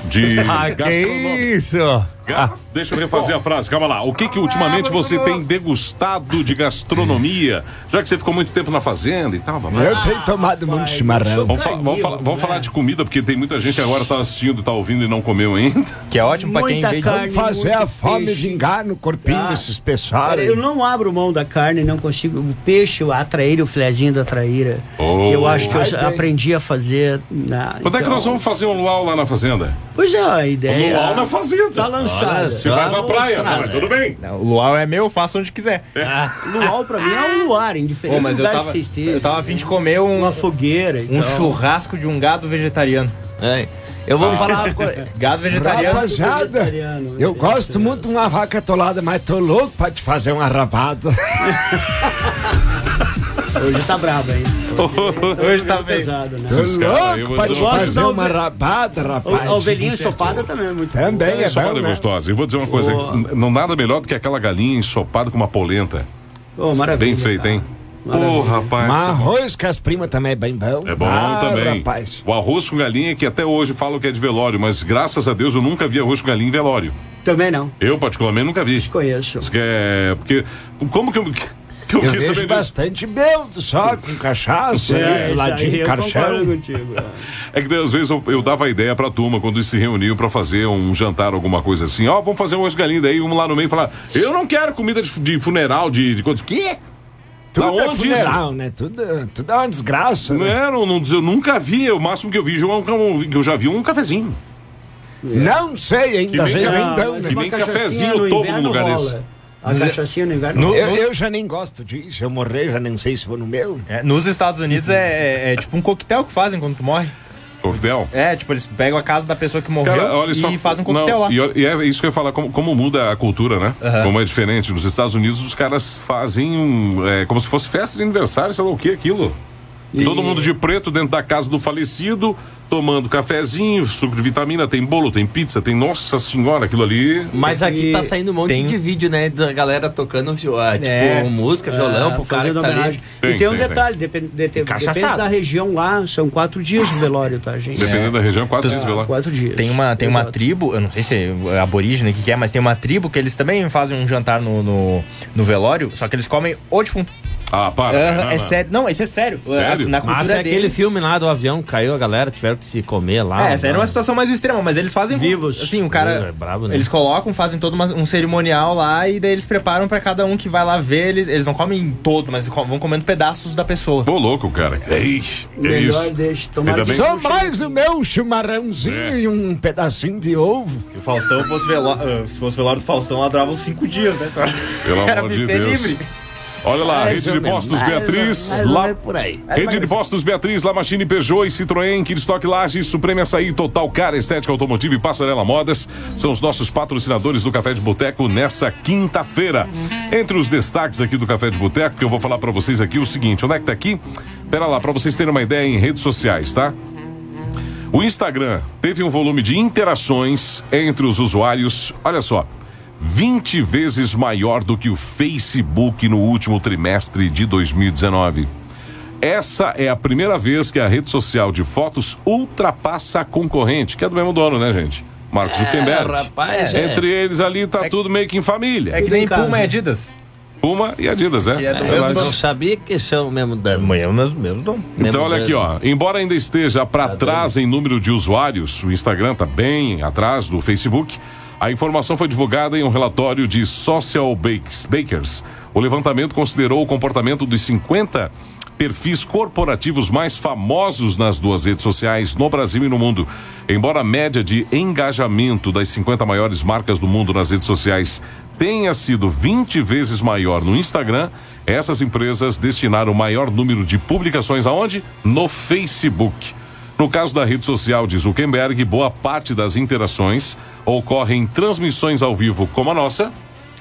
de
Ah, que
gastronômico?
isso?
Ga- Ah, Deixa eu refazer a frase, calma lá. O que que ultimamente você tem degustado de gastronomia? Já que você ficou muito tempo na fazenda e tal, babá.
Eu tenho tomado muito chimarrão.
Vamos, fa- vamos, falar, vamos falar de comida, porque tem muita gente agora tá assistindo, tá ouvindo e não comeu ainda.
Que é ótimo pra quem
Muita
vem de...
carne.
Fazer
muito
a fome
peixe.
vingar no corpinho desses pessoal.
Cara, eu não abro mão da carne, não consigo. O peixe, a traíra, o filezinho da traíra.
Oh.
que eu acho que eu
Ai,
já
bem.
aprendi a fazer. Na,
Quando é que
então-
nós vamos fazer um luau lá na fazenda?
Pois é, a
Um
ideia.
luau na fazenda.
Tá lançada.
Você faz
Tá
na praia, não, mas tudo bem.
O luau é meu, faça onde quiser.
Luau pra mim é um luar,
Pô,
indiferente.
mas eu
lugar
tava,
que você esteja,
eu tava
né?
afim de comer um,
Uma fogueira. então.
um churrasco de um gado vegetariano.
Ai, É. Eu
Ah.
vou falar uma coisa.
Gado vegetariano.
Rapaziada,
Vegetariano,
eu
vegetariano.
gosto muito de uma vaca atolada, mas tô louco pra te fazer uma rabada.
Hoje tá brabo, hein?
Hoje tá bem.
pesado, né?
Tô
Esses caras aí, eu
louco
vou
pra te
dizer uma
fazer
coisa.
uma rabada,
O- A
rapaz.
ovelhinha ensopada também é muito
Também é
Sopada
bom,
é
né?
gostosa. E vou dizer uma coisa: n- não nada melhor do que aquela galinha ensopada com uma polenta.
Ô, maravilha.
Bem feita,
tá.
cara.
hein? Ô, rapaz.
Mas arroz com as primas também é bem bom.
É bom
Ah,
também.
Rapaz.
O arroz com galinha, que até hoje falam que é de velório, mas graças a Deus eu nunca vi arroz com galinha em velório.
Também não.
Eu, particularmente, nunca vi.
Conheço.
Diz que é. Porque. Como que eu. Que eu,
Eu
quis
vejo
saber disso?
bastante beldo só, com cachaça,
É,
é,
isso aí,
ladinho,
eu concordo
carchão.
contigo. é.
É que daí, às vezes eu, eu dava a ideia pra turma quando eles se reuniam pra fazer um jantar, alguma coisa assim. Ó, vamos fazer um arroz com galinha. Daí vamos lá no meio e falar: Eu não quero comida de, fu- de funeral, de, de coisa. Quê? Da
Tudo é
onde
funeral, né? Tudo, tudo é uma desgraça,
Não
né?
é, não, não diz- eu nunca vi, o máximo que eu vi, João, que eu- que eu já vi um cafezinho.
Não sei ainda, às
bem
vezes nem
que-
dão,
mas
né?
que nem
uma cachaçinha
cafezinho
no
eu tomo
inverno
num lugar
rola.
desse.
A cachaçinha no inverno
No-
rola.
Eu, eu já nem gosto disso, eu morrer já nem sei se vou no meu.
É, nos Estados Unidos é, é- é tipo um coquetel que fazem quando tu morre.
Coquetel?
É, tipo, eles pegam a casa da pessoa que morreu
Cara, olha só.
e fazem um coquetel
não,
lá.
E, olha- e é isso que eu ia falar, como, como muda a cultura, né? Como é diferente. Nos Estados Unidos, os caras fazem um, é, como se fosse festa de aniversário, sei lá o que, aquilo. Todo mundo de preto dentro da casa do falecido, tomando cafezinho, suco de vitamina, tem bolo, tem pizza, tem. Nossa senhora, aquilo ali.
Mas aqui tá saindo um monte
tem-
de vídeo, né? Da galera tocando, ah, tipo,
É.
música, violão, pro cara que
fazendo
tá
homenagem.
ali.
Tem,
e tem um
tem, tem.
detalhe, depende, de- depende
Cachaçada.
da região lá, são quatro dias de velório, tá, gente?
É.
É,
Dependendo da região, quatro vezes lá.
Quatro dias.
Tem uma, tem uma
Exato.
tribo, eu não sei se é aborígene, o que, que é, mas tem uma tribo que eles também fazem um jantar no, no, no velório, só que eles comem o defunto.
Ah, para.
Aham,
não,
é
não.
sério. Não, isso é sério.
Sério?
Na cultura
Mas é aquele
deles.
filme lá do avião, caiu a galera, tiveram que se comer lá.
É, essa era uma situação mais extrema, mas eles fazem.
Vivos.
Assim, o cara.
Deus, é brabo, né?
Eles colocam, fazem todo uma- um cerimonial lá e daí eles preparam pra cada um que vai lá ver. Eles, eles não comem todo, mas co- vão comendo pedaços da pessoa.
Ô, louco, cara. Ei, é
Melhor
isso.
deixa tomar
Ainda bem-
Só mais o meu chimarrãozinho
É.
e um pedacinho de ovo.
Se o Faustão fosse velório, se fosse velório do Faustão, ladrava uns 5 dias, né? cara?
Pelo
Era
amor de
buffet
Deus.
livre.
Olha lá, rede de postos Beatriz. lá... Rede de postos Beatriz, Lamachine Peugeot e Citroën, Kidstock Lages, Supreme Açaí, Total Car, Estética Automotiva e Passarela Modas são os nossos patrocinadores do Café de Boteco nessa quinta-feira. Entre os destaques aqui do Café de Boteco, que eu vou falar pra vocês aqui o seguinte, onde é que tá aqui? Pera lá, pra vocês terem uma ideia em redes sociais, tá? O Instagram teve um volume de interações entre os usuários, olha só, 20 vezes maior do que o Facebook no último trimestre de 2019. Essa é a primeira vez que a rede social de fotos ultrapassa a concorrente, que é do mesmo dono, né, gente? Mark Zuckerberg.
rapaz, é.
Entre eles ali tá tudo meio que em família.
É que
Tudo em
nem
casa.
Puma e Adidas.
Puma e Adidas, né?
Que é do
É
mesmo
lá-
Eu não sabia que são mesmo da manhã, mas mesmo não.
Então olha aqui, ó. Embora ainda esteja para trás em número de usuários, o Instagram tá bem atrás do Facebook. A informação foi divulgada em um relatório de Social Bakes- Bakers. O levantamento considerou o comportamento dos 50 perfis corporativos mais famosos nas duas redes sociais no Brasil e no mundo. Embora a média de engajamento das 50 maiores marcas do mundo nas redes sociais tenha sido 20 vezes maior no Instagram, essas empresas destinaram o maior número de publicações aonde? No Facebook. No caso da rede social de Zuckerberg, boa parte das interações ocorrem em transmissões ao vivo como a nossa,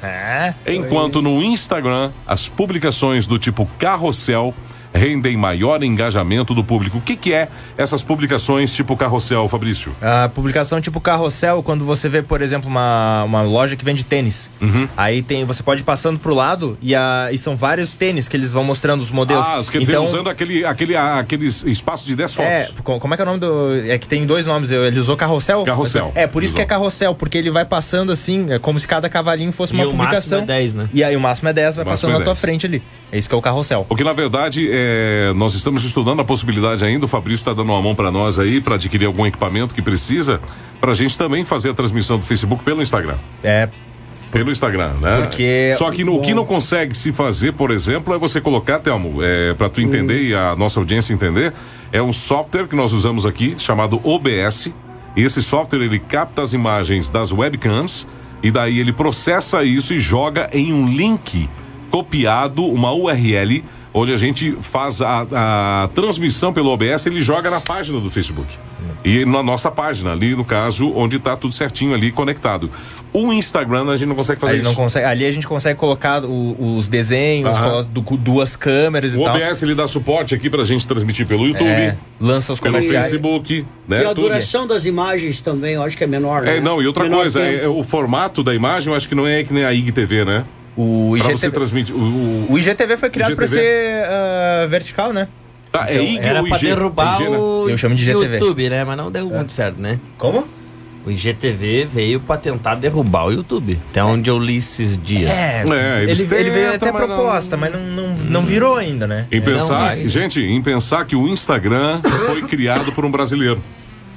É.
enquanto no Instagram as publicações do tipo carrossel rendem maior engajamento do público. O que, que é essas publicações tipo carrossel, Fabrício?
A publicação tipo carrossel, quando você vê, por exemplo, uma, uma loja que vende tênis. Aí tem, você pode ir passando pro lado e, a, e são vários tênis que eles vão mostrando os modelos. Então,
Ah, quer dizer, usando aquele, aquele, ah, aqueles espaço de 10 fotos.
É, co- como é que é o nome do. É que tem dois nomes, eu- ele usou carrossel?
Carrossel.
É, por isso
Usou.
que é carrossel, porque ele vai passando assim, é como se cada cavalinho fosse uma
o máximo
publicação.
é 10, né?
E aí o máximo é 10, vai
O máximo
passando
é
na tua
10.
frente ali. É isso que é o carrossel.
O que na verdade é, nós estamos estudando a possibilidade ainda. O Fabrício está dando uma mão para nós aí para adquirir algum equipamento que precisa para a gente também fazer a transmissão do Facebook pelo Instagram.
É,
Pelo Instagram, né?
Porque-
Só que no, o que não consegue se fazer, por exemplo, é você colocar, Telmo, é, para tu entender e a nossa audiência entender, é um software que nós usamos aqui chamado OBS. E esse software ele capta as imagens das webcams e daí ele processa isso e joga em um link copiado, uma URL, onde a gente faz a, a transmissão pelo OBS, ele joga na página do Facebook. E na nossa página, ali no caso, onde tá tudo certinho ali conectado. O Instagram a gente não consegue fazer
ali,
isso.
não consegue, ali a gente consegue colocar o- os desenhos,
Aham.
coloca du- duas câmeras e
O
tal.
OBS ele dá suporte aqui pra gente transmitir pelo YouTube,
É, lança os
pelo
comerciais.
Facebook, né?
e a
tudo.
duração das imagens também, eu acho que é menor.
É,
né?
não, e outra
Menor
coisa,
tempo.
é, é o formato da imagem eu acho que não é que nem a IGTV, né?
O
Pra
IGTV,
você transmitir. O, o-
o IGTV foi criado pra
IGTV.
ser ah, vertical, né?
tá, é IG
Era
ou
pra
IG?
derrubar
IG, né?
o
Eu chamo de GTV.
YouTube, né? Mas não deu
É.
muito certo, né?
Como?
O IGTV veio pra tentar derrubar o YouTube. Até onde eu li esses dias.
É,
É,
ele,
eles
ele veio
tentam,
até
mas não-
proposta, mas não, não, não virou ainda, né?
Em pensar,
mas-
gente, em pensar que o Instagram foi criado por um brasileiro.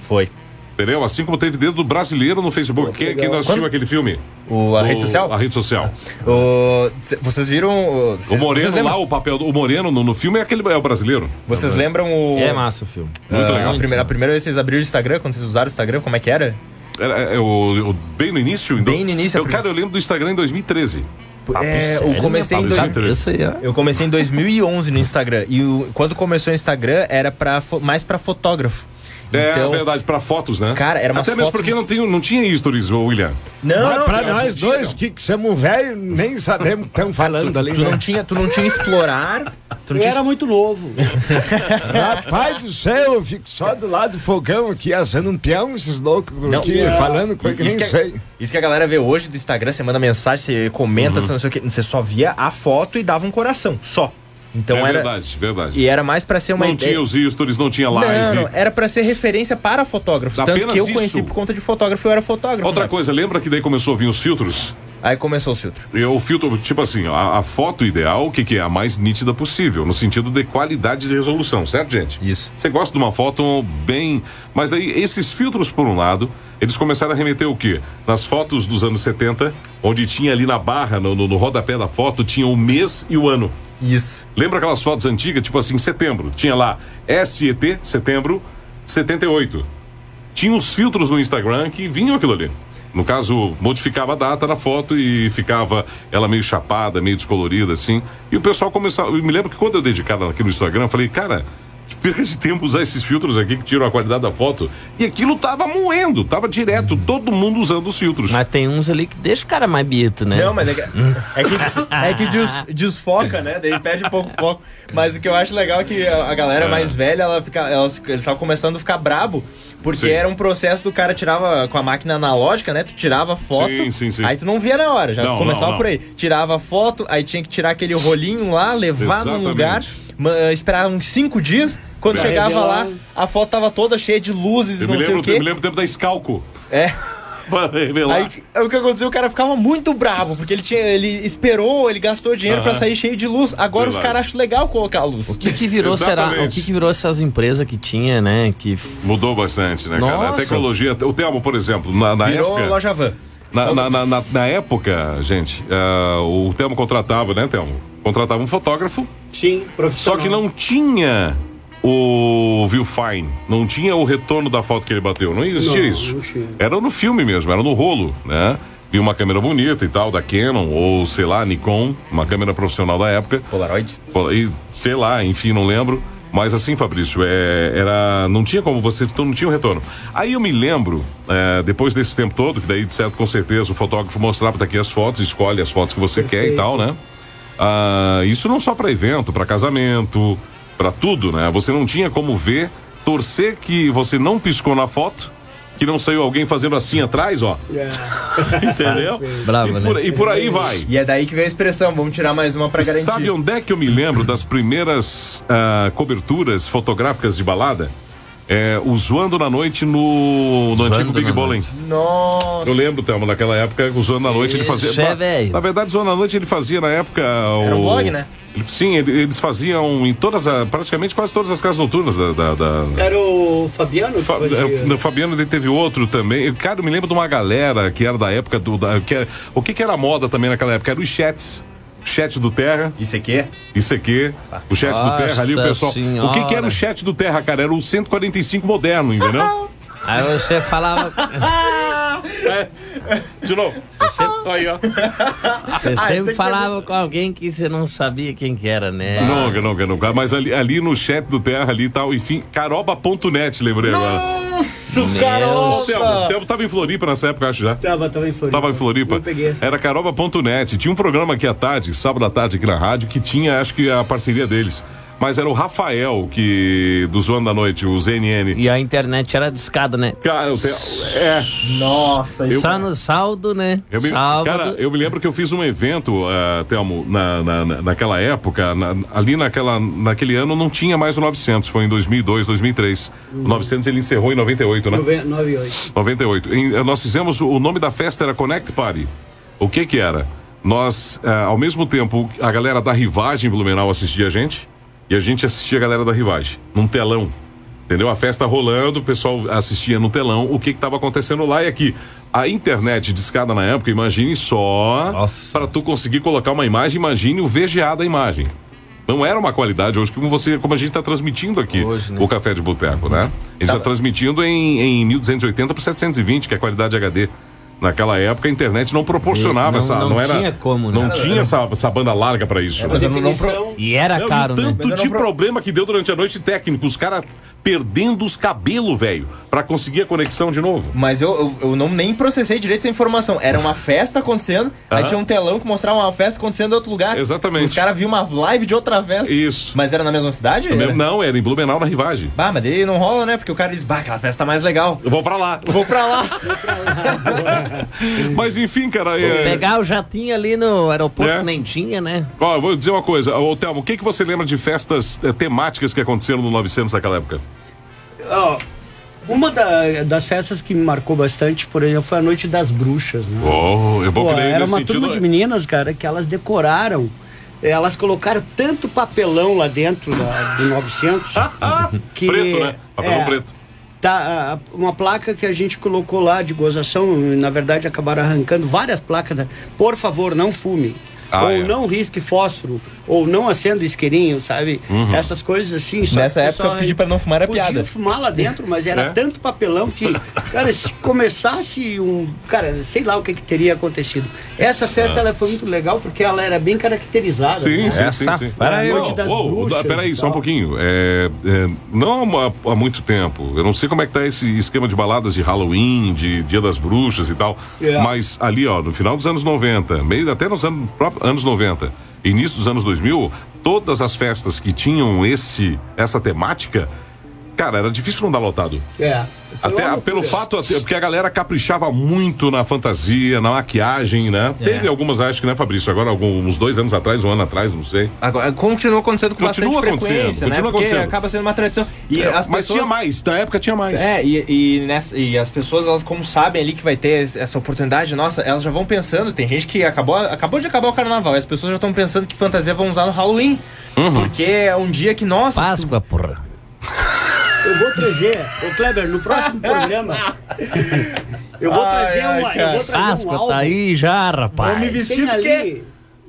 Foi.
Entendeu? Assim como teve dedo do brasileiro no Facebook. Quem, quem não assistiu
Quando-
aquele filme?
O, a rede
O-
social?
A rede social.
O- cê- vocês viram. O,
O
cê- vocês
Moreno
lembram,
lá, o papel do o Moreno no, no filme é aquele é o brasileiro.
Vocês lembram o.
É massa o filme.
ah,
Muito legal.
A primeira, a primeira vez que vocês abriram o Instagram, quando vocês usaram o Instagram, como é que era?
Era, é, o, o- bem no início? em
Bem
do-
no início,
Eu,
a
cara, eu lembro do Instagram em 2013.
É, eu
né?
Sério,
comecei
meu
em
Paulo?
dois-
Eu sei, ó.
Eu comecei em 2011 no Instagram. E o- quando começou o Instagram, era pra, fo- mais pra fotógrafo.
É
Então-
verdade, pra fotos, né?
Cara, era umas
Até mesmo
fotos-
porque não, tem, não tinha stories, ô, William.
Não,
Mas
não,
pra
não,
nós
gente,
dois, que, que somos velho, nem sabemos o que estão falando ali.
Tu
Né?
não tinha, tu não tinha explorar. Tu não
Eu
tinha
era muito novo.
Rapaz do céu, eu fico só do lado do fogão aqui, assando um peão, esses loucos
Não,
aqui,
não.
falando coisa que
Isso
nem
que é a-
sei.
Isso que a galera vê hoje do Instagram, você manda mensagem, você comenta,
Uhum.
você não sei o que. Você só via a foto e dava um coração, só. Então
é
era.
verdade, verdade.
E era mais pra ser uma
Não
ideia.
tinha os stories, não tinha
não,
live.
não, era pra ser referência para fotógrafos. tanto
Apenas
que eu
isso.
conheci por conta de fotógrafo, eu era fotógrafo.
Outra
né?
coisa, lembra que daí começou a vir os filtros?
Aí começou o filtro.
E o filtro, tipo assim, a, a foto ideal, o que, que é? A mais nítida possível, no sentido de qualidade de resolução, certo, gente?
Isso.
Você gosta de uma foto bem. Mas daí, esses filtros, por um lado, eles começaram a remeter o quê? Nas fotos dos anos 70, onde tinha ali na barra, no, no, no rodapé da foto, tinha o mês e o ano.
Isso.
Lembra aquelas fotos antigas, tipo assim, setembro? Tinha lá SET, setembro, 78. Tinha uns filtros no Instagram que vinham aquilo ali. No caso, modificava a data na foto e ficava ela meio chapada, meio descolorida, assim. E o pessoal começava. Eu me lembro que quando eu dei de cara aqui no Instagram, eu falei, cara, que perda de tempo usar esses filtros aqui que tiram a qualidade da foto. E aquilo tava moendo, tava direto,
Uhum.
todo mundo usando os filtros.
Mas tem uns ali que deixa o cara mais bonito, né?
Não, mas é que, é que, des- é que des- desfoca, né? Daí perde um pouco o foco. Mas o que eu acho legal é que a a galera mais velha, ela fica, elas, eles estavam começando a ficar brabo. Porque
Sim.
era um processo do cara tirava com a máquina analógica, né? Tu tirava foto,
Sim, sim, sim.
aí tu não via na hora, já
Não,
começava
não, não.
por aí. Tirava foto, aí tinha que tirar aquele rolinho lá, levar
Exatamente.
num lugar, ma- eh, esperar uns cinco dias. Quando
Pra
chegava
revelar.
lá, a foto tava toda cheia de luzes e
eu, me
não sei
lembro,
o
eu
quê.
me lembro do tempo da Scalco.
É.
Pra revelar.
Aí aí o que aconteceu, o cara ficava muito brabo, porque ele tinha. Ele esperou, ele gastou dinheiro pra sair cheio de luz. Agora os
Verdade.
caras acham legal colocar a luz.
O que que virou, será? O
Exatamente.
que que virou essas empresas que tinha, né? Que
Mudou bastante, né, cara? A
Nossa.
tecnologia. O Telmo, por exemplo, na, na
Virou
época.
loja van.
Na, na, na, na- na época, gente, ah, o Telmo contratava, né, Telmo? Contratava um fotógrafo,
Sim,
só
profissional.
que não tinha o viewfine, não tinha o retorno da foto que ele bateu, não existia
Não,
isso.
não tinha.
Era no filme mesmo, era no rolo, né? E uma câmera bonita e tal, da Canon, ou sei lá, Nikon, uma câmera profissional da época.
Polaroid?
Pô, e sei lá, enfim, não lembro. Mas assim, Fabrício, é, era, não tinha como você, então não tinha um retorno. Aí eu me lembro, é, depois desse tempo todo, que daí, de certo, com certeza, o fotógrafo mostrava daqui as fotos, escolhe as fotos que você quer e tal, né? Ah, isso não só para evento, para casamento, para tudo, né? Você não tinha como ver, torcer que você não piscou na foto, que não saiu alguém fazendo assim atrás, ó. Entendeu?
É. Bravo,
e, por,
né?
e por aí vai.
E é daí que vem a expressão, vamos tirar mais uma pra
E
garantir.
Sabe onde é que eu me lembro das primeiras ah, coberturas fotográficas de balada? É, o Zoando na Noite no, no antigo Big
na
Bowling.
Nossa.
Eu lembro, Thelma, naquela época, o Zoando na Noite ele fazia.
Isso é
Na-
velho.
Na verdade, o Zoando na Noite ele fazia na época. O,
Era um blog, né?
Ele- Sim, ele- eles faziam em todas, a- praticamente quase todas as casas noturnas da. da- da-
É.
Era o Fabiano que
Fa-
fazia.
é, o Fabiano ele teve outro também. Eu, Cara, eu me lembro de uma galera que era da época do. da- que era- o que, que era moda também naquela época? Era os chats. Chat do Terra.
Isso aqui? é?
Isso aqui, o chat do
Nossa
Terra ali, o pessoal. O que, que era
senhora.
o chat do Terra, cara? Era um o 145 moderno, entendeu?
Aí você falava.
De novo. Aí, ó.
Você
Ah, esse
sempre
aqui
falava com alguém que você não sabia quem que era, né?
Nunca, nunca, nunca. Mas ali, ali no chat do Terra ali e tal, enfim, caroba.net, lembrei agora.
Nossa,
Meu
O Telmo, o
caramba!
Telmo tava em Floripa nessa época, acho já.
Tava, tava em Floripa.
Tava em Floripa.
Eu peguei essa.
Era caroba.net. Tinha um programa aqui à tarde, sábado à tarde aqui na rádio, que tinha, acho que, a parceria deles. Mas era o Rafael, que do Zoando da Noite, o ZNN.
E a internet era discada, né?
Cara, o Telmo- é.
Nossa, isso
Só no saldo, né?
Eu me,
Saldo.
cara, eu me lembro que eu fiz um evento, ah, Telmo, na, na- na- naquela época, na- ali naquela, naquele ano não tinha mais o 900, foi em 2002, 2003. O 900 ele encerrou em 98, né?
98.
98. Em- eh, nós fizemos, o nome da festa era Connect Party. O que que era? Nós, ah, ao mesmo tempo, a galera da Rivagem Blumenau assistia a gente e a gente assistia a galera da Rivagem, num telão. Entendeu? A festa rolando, o pessoal assistia no telão o que estava acontecendo lá e aqui. A internet discada na época, imagine só,
Nossa.
para tu conseguir colocar uma imagem, imagine o VGA da imagem. Não era uma qualidade hoje como você, como a gente está transmitindo aqui
Hoje, né? Tá
o Café de Boteco, né? Ele está transmitindo em, em 1280 por 720, que é a qualidade HD. Naquela época a internet não proporcionava
Não-
essa. Não,
não
era,
tinha como, né?
Não tinha essa, essa banda larga pra isso. né?
mas eu Tá não- não pro-
E era
Não, e
caro, né?
tanto
Mas era
de
um pro-
problema que deu durante a noite técnico. Os caras perdendo os cabelos, velho, pra conseguir a conexão de novo.
Mas eu, eu, eu não nem processei direito essa informação. Era uma festa acontecendo, aí
Aham.
tinha um telão que mostrava uma festa acontecendo em outro lugar.
Exatamente.
Os caras viam uma live de outra festa.
Isso.
Mas era na mesma cidade?
é,
Era?
né?
Não, era em Blumenau na rivagem.
Bah, mas daí não rola, né? Porque o cara diz, bah, aquela festa tá mais legal.
Eu vou pra lá.
Vou pra lá.
Mas enfim, cara. é-
Pegar o jatinho ali no aeroporto,
É.
nem tinha, né?
Ó, eu vou dizer uma coisa, ô Thelmo, o que, que você lembra de festas eh, temáticas que aconteceram no 900 naquela época?
Ó, uma da- das festas que me marcou bastante, por exemplo, foi a Noite das Bruxas, né?
Oh, eu vou
Pô,
crer
era
nesse
uma
sentido.
turma de meninas, cara, que elas decoraram. Elas colocaram tanto papelão lá dentro da- do 900 que É.
Preto, né? Papelão preto.
Tá, a- uma placa que a gente colocou lá de gozação, na verdade acabaram arrancando várias placas. da- Por favor, não fume.
Ah,
ou
é.
não risque fósforo, ou não acenda isqueirinho, sabe?
Uhum.
Essas coisas assim. só
Nessa
que o
época
pessoal
eu pedi pra não fumar, era
podia
piada.
fumar lá dentro, mas era
É.
tanto papelão que, cara, se começasse um. Cara, sei lá o que, que teria acontecido. Essa festa ela foi muito legal porque ela era bem caracterizada.
Ah. Sim,
né?
sim, sim,
Essa
sim.
fera aí,
Não,
Noite das
uou,
Bruxas
dá- peraí,
e
só um
tal.
pouquinho. É, é, não há, há muito tempo. Eu não sei como é que tá esse esquema de baladas de Halloween, de Dia das Bruxas e tal.
Yeah.
Mas ali, ó, no final dos anos 90, meio até nos anos, próprios anos 90, início dos anos 2000, todas as festas que tinham esse essa temática, cara, era difícil não dar lotado.
É. Foi
Até
uma
ah,
loucura.
pelo fato, até- porque a galera caprichava muito na fantasia, na maquiagem, né? Teve algumas, acho que, né, Fabrício? Agora, algum- uns dois anos atrás, um ano atrás, não sei.
Agora, continua acontecendo com
Continua
bastante
acontecendo,
frequência, né?
continua
Porque
acontecendo. É,
acaba sendo uma tradição. E É, as
Mas
pessoas...
tinha mais, na época tinha mais.
É, e, e, nessa- e as pessoas, elas como sabem ali que vai ter es- essa oportunidade, nossa, elas já vão pensando, tem gente que acabou, acabou de acabar o carnaval, e as pessoas já estão pensando que
Uhum.
fantasia vão usar no Halloween. Porque é um dia que, nossa,
Páscoa, porra.
tu-
Eu vou trazer, ô Kleber, no próximo programa. Eu vou trazer uma. Eu
É
vou trazer um
Páscoa
álbum.
tá aí já, rapaz.
me
Tem
vestir do quê?
ali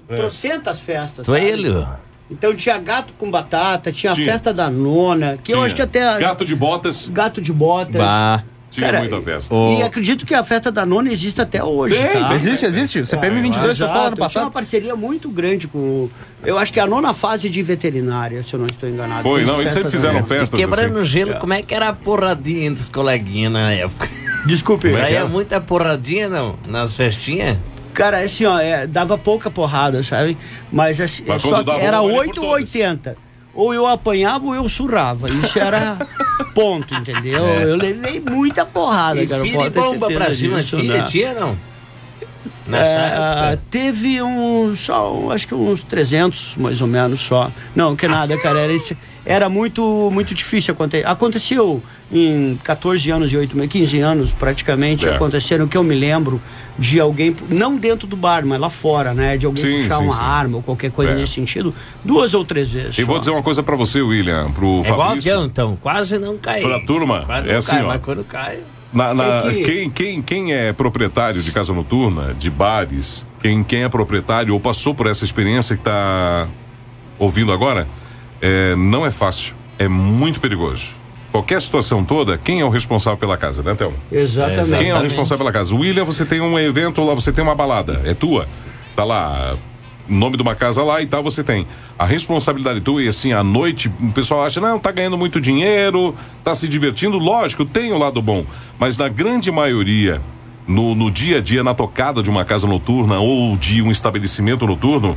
É.
trocentas festas. sabe?
Coelho.
Então tinha gato com batata, tinha a
Tinha.
festa da nona, que eu
Tinha.
acho que até.
Gato de botas
Gato de botas.
Bah.
tinha
Cara,
muita festa.
E acredito que a festa da nona existe até hoje. tá?
existe, existe. O CPM
Ah,
22
Exato,
tocou ano
eu Tinha uma
passado.
parceria muito grande com. o- Eu acho que é a nona fase de veterinária, se eu não estou enganado. é
Foi, não,
Festa
eles sempre
da
fizeram
nona.
festas
Quebrando
assim.
gelo, como é que era a porradinha entre os coleguinhas na época?
é
Desculpe.
Saía muita porradinha, não? Nas festinhas?
Cara, assim, ó, é, dava pouca porrada, sabe? Mas, assim,
Mas
só
quando
que
dava,
era
valia por
8 ou
todas.
80. Ou eu apanhava ou eu surrava. Isso era ponto, entendeu?
É.
Eu levei muita porrada,
E
cara.
tira
pode
e
ter
bomba
certeza
pra cima,
disso,
tinha,
né?
tinha, não? Nessa
É,
época.
teve um só, um, acho que uns 300 mais ou menos só. Não, que
Ah.
nada, cara, era esse- era muito muito difícil acontecer. Aconteceu em 14 anos e 8 meses, 15 anos praticamente,
É.
aconteceram que eu me lembro de alguém não dentro do bar, mas lá fora, né, de alguém
Sim,
puxar
sim,
uma
sim.
arma ou qualquer coisa
É.
nesse sentido, duas ou três vezes.
E vou
só.
dizer uma coisa pra você, William, pro
É igual
Fabrício,
avião, então. Quase não caiu.
pra turma,
Quase não
é assim,
cai,
ó.
mas quando cai...
Na- na-
Tem que-
quem, quem, quem é proprietário de casa noturna, de bares, quem, quem é proprietário ou passou por essa experiência que está ouvindo agora, é, não é fácil. É muito perigoso. Qualquer situação toda, quem é o responsável pela casa, né, Thelma?
Exatamente.
Quem é o responsável pela casa? William, você tem um evento lá, você tem uma balada, é tua. Tá lá, nome de uma casa lá e tal, você tem. A responsabilidade tua e assim, à noite, o pessoal acha, não, tá ganhando muito dinheiro, tá se divertindo. Lógico, tem o lado bom. Mas na grande maioria, no, no dia a dia, na tocada de uma casa noturna ou de um estabelecimento noturno,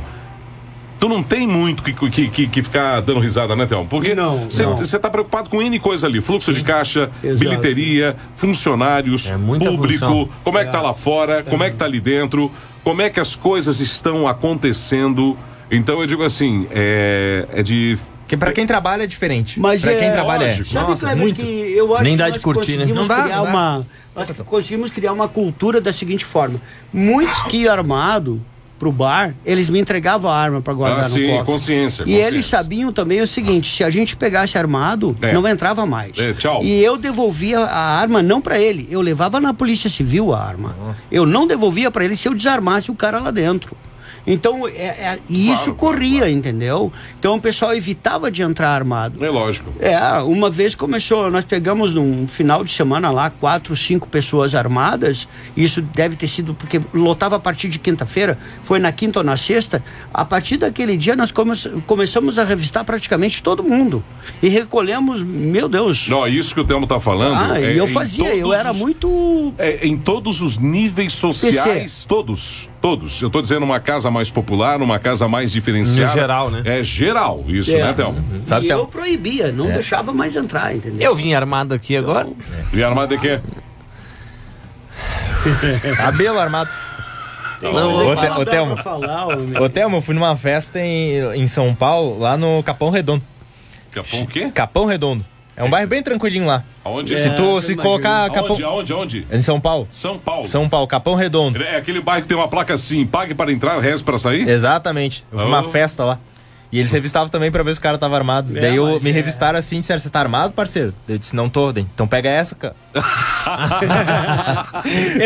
Tu não tem muito que, que, que, que ficar dando risada, né, Thelma? Porque
Não, não.
você tá preocupado com N coisa ali. Fluxo de caixa,
Exato.
bilheteria, funcionários,
É muita
público,
função.
como é que tá lá fora, como é que tá ali dentro, como é que as coisas estão acontecendo. Então eu digo assim, é, é de.
Que pra quem trabalha é diferente.
Mas
pra
é,
quem trabalha é.
Sabe,
Nossa,
Kleber,
muito.
que eu acho
Nem
que
dá
nós
de curtir, né?
Não
conseguimos
dá,
criar
não dá.
uma nós conseguimos criar uma cultura da seguinte forma. Muitos que iam armado pro bar, eles me entregavam a arma pra guardar
Ah,
no
sim,
cofre.
consciência,
E
consciência.
eles sabiam também o seguinte, se a gente pegasse armado,
É.
não entrava mais.
É, tchau.
E eu devolvia a arma não pra ele, eu levava na Polícia Civil a arma. Eu não devolvia pra ele se eu desarmasse o cara lá dentro. Então, é, é- e isso
Claro, claro,
corria, entendeu? Então o pessoal evitava de entrar armado.
É lógico.
É, uma vez começou, nós pegamos num final de semana lá quatro, cinco pessoas armadas. Isso deve ter sido porque lotava a partir de quinta-feira, foi na quinta ou na sexta. A partir daquele dia nós come- começamos a revistar praticamente todo mundo e recolhemos, meu Deus.
Não, isso que o Thelmo tá falando.
Ah,
é
e eu
em
fazia, eu
todos
era
os-
muito
É, em todos os níveis sociais, todos, todos. Eu tô dizendo uma casa mais popular, uma casa mais diferenciada.
No geral, né? Uhum.
É geral, isso,
É.
né, Thelmo?
Sabe, um- É.
e eu
Thelma?
proibia, não deixava mais entrar, entendeu?
Eu vim armado aqui agora.
E armado de quê?
Cabelo armado.
Não,
Ô,
Fala,
Te-
dá
Ô,
pra
Thelma.
falar, homem.
Ô, Thelma, eu fui numa festa em, em São Paulo, lá no Capão Redondo.
Capão o quê?
Capão Redondo. É um bairro bem tranquilinho lá.
É.
Aonde?
Se tu se
Ah,
colocar Capão. É
Aonde, aonde, aonde?
Em São Paulo.
São Paulo.
São Paulo, Capão Redondo.
É aquele bairro que tem uma placa assim, pague para entrar, reze para sair?
Exatamente. Eu fui
Oh.
uma festa lá. E eles revistavam também pra ver se o cara tava
É,
armado. Daí eu me revistaram assim, disseram, você tá armado, parceiro? Eu disse, não tô, daí, então pega essa, cara.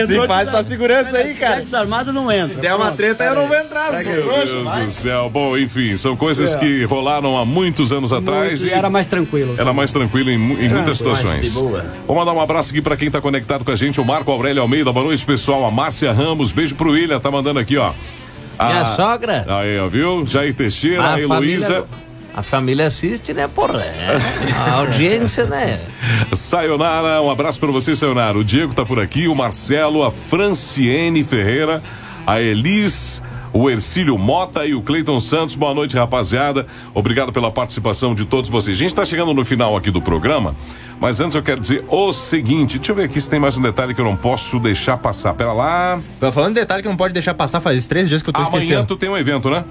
se faz tua segurança aí, cara.
Desarmado não entra.
Se der uma treta, eu não vou entrar, não sou
Meu
trouxa.
Deus do céu. Bom, enfim, são coisas que rolaram há muitos anos atrás
É. Muito,
e
era mais tranquilo.
Era mais tranquilo em, mu- em muitas situações. Vamos mandar um abraço aqui pra quem tá conectado com a gente, o Marco Aurélio Almeida. Boa noite, pessoal. A Márcia Ramos, beijo pro William, tá mandando aqui, ó. Ah, A-
Minha sogra.
Aí, ó, viu? Jair Teixeira, a Heloísa,
A família assiste, né, porra? É, a audiência, né?
Sayonara, um abraço pra você, Sayonara. O Diego tá por aqui, o Marcelo, a Franciene Ferreira, a Elis, o Ercílio Mota e o Cleiton Santos. Boa noite, rapaziada. Obrigado pela participação de todos vocês. A gente tá chegando no final aqui do programa, mas antes eu quero dizer o seguinte, deixa eu ver aqui se tem mais um detalhe que eu não posso deixar passar. Pera lá.
Falando de detalhe que não pode deixar passar, faz três dias que eu tô
Amanhã
esquecendo.
tu tem um evento, né?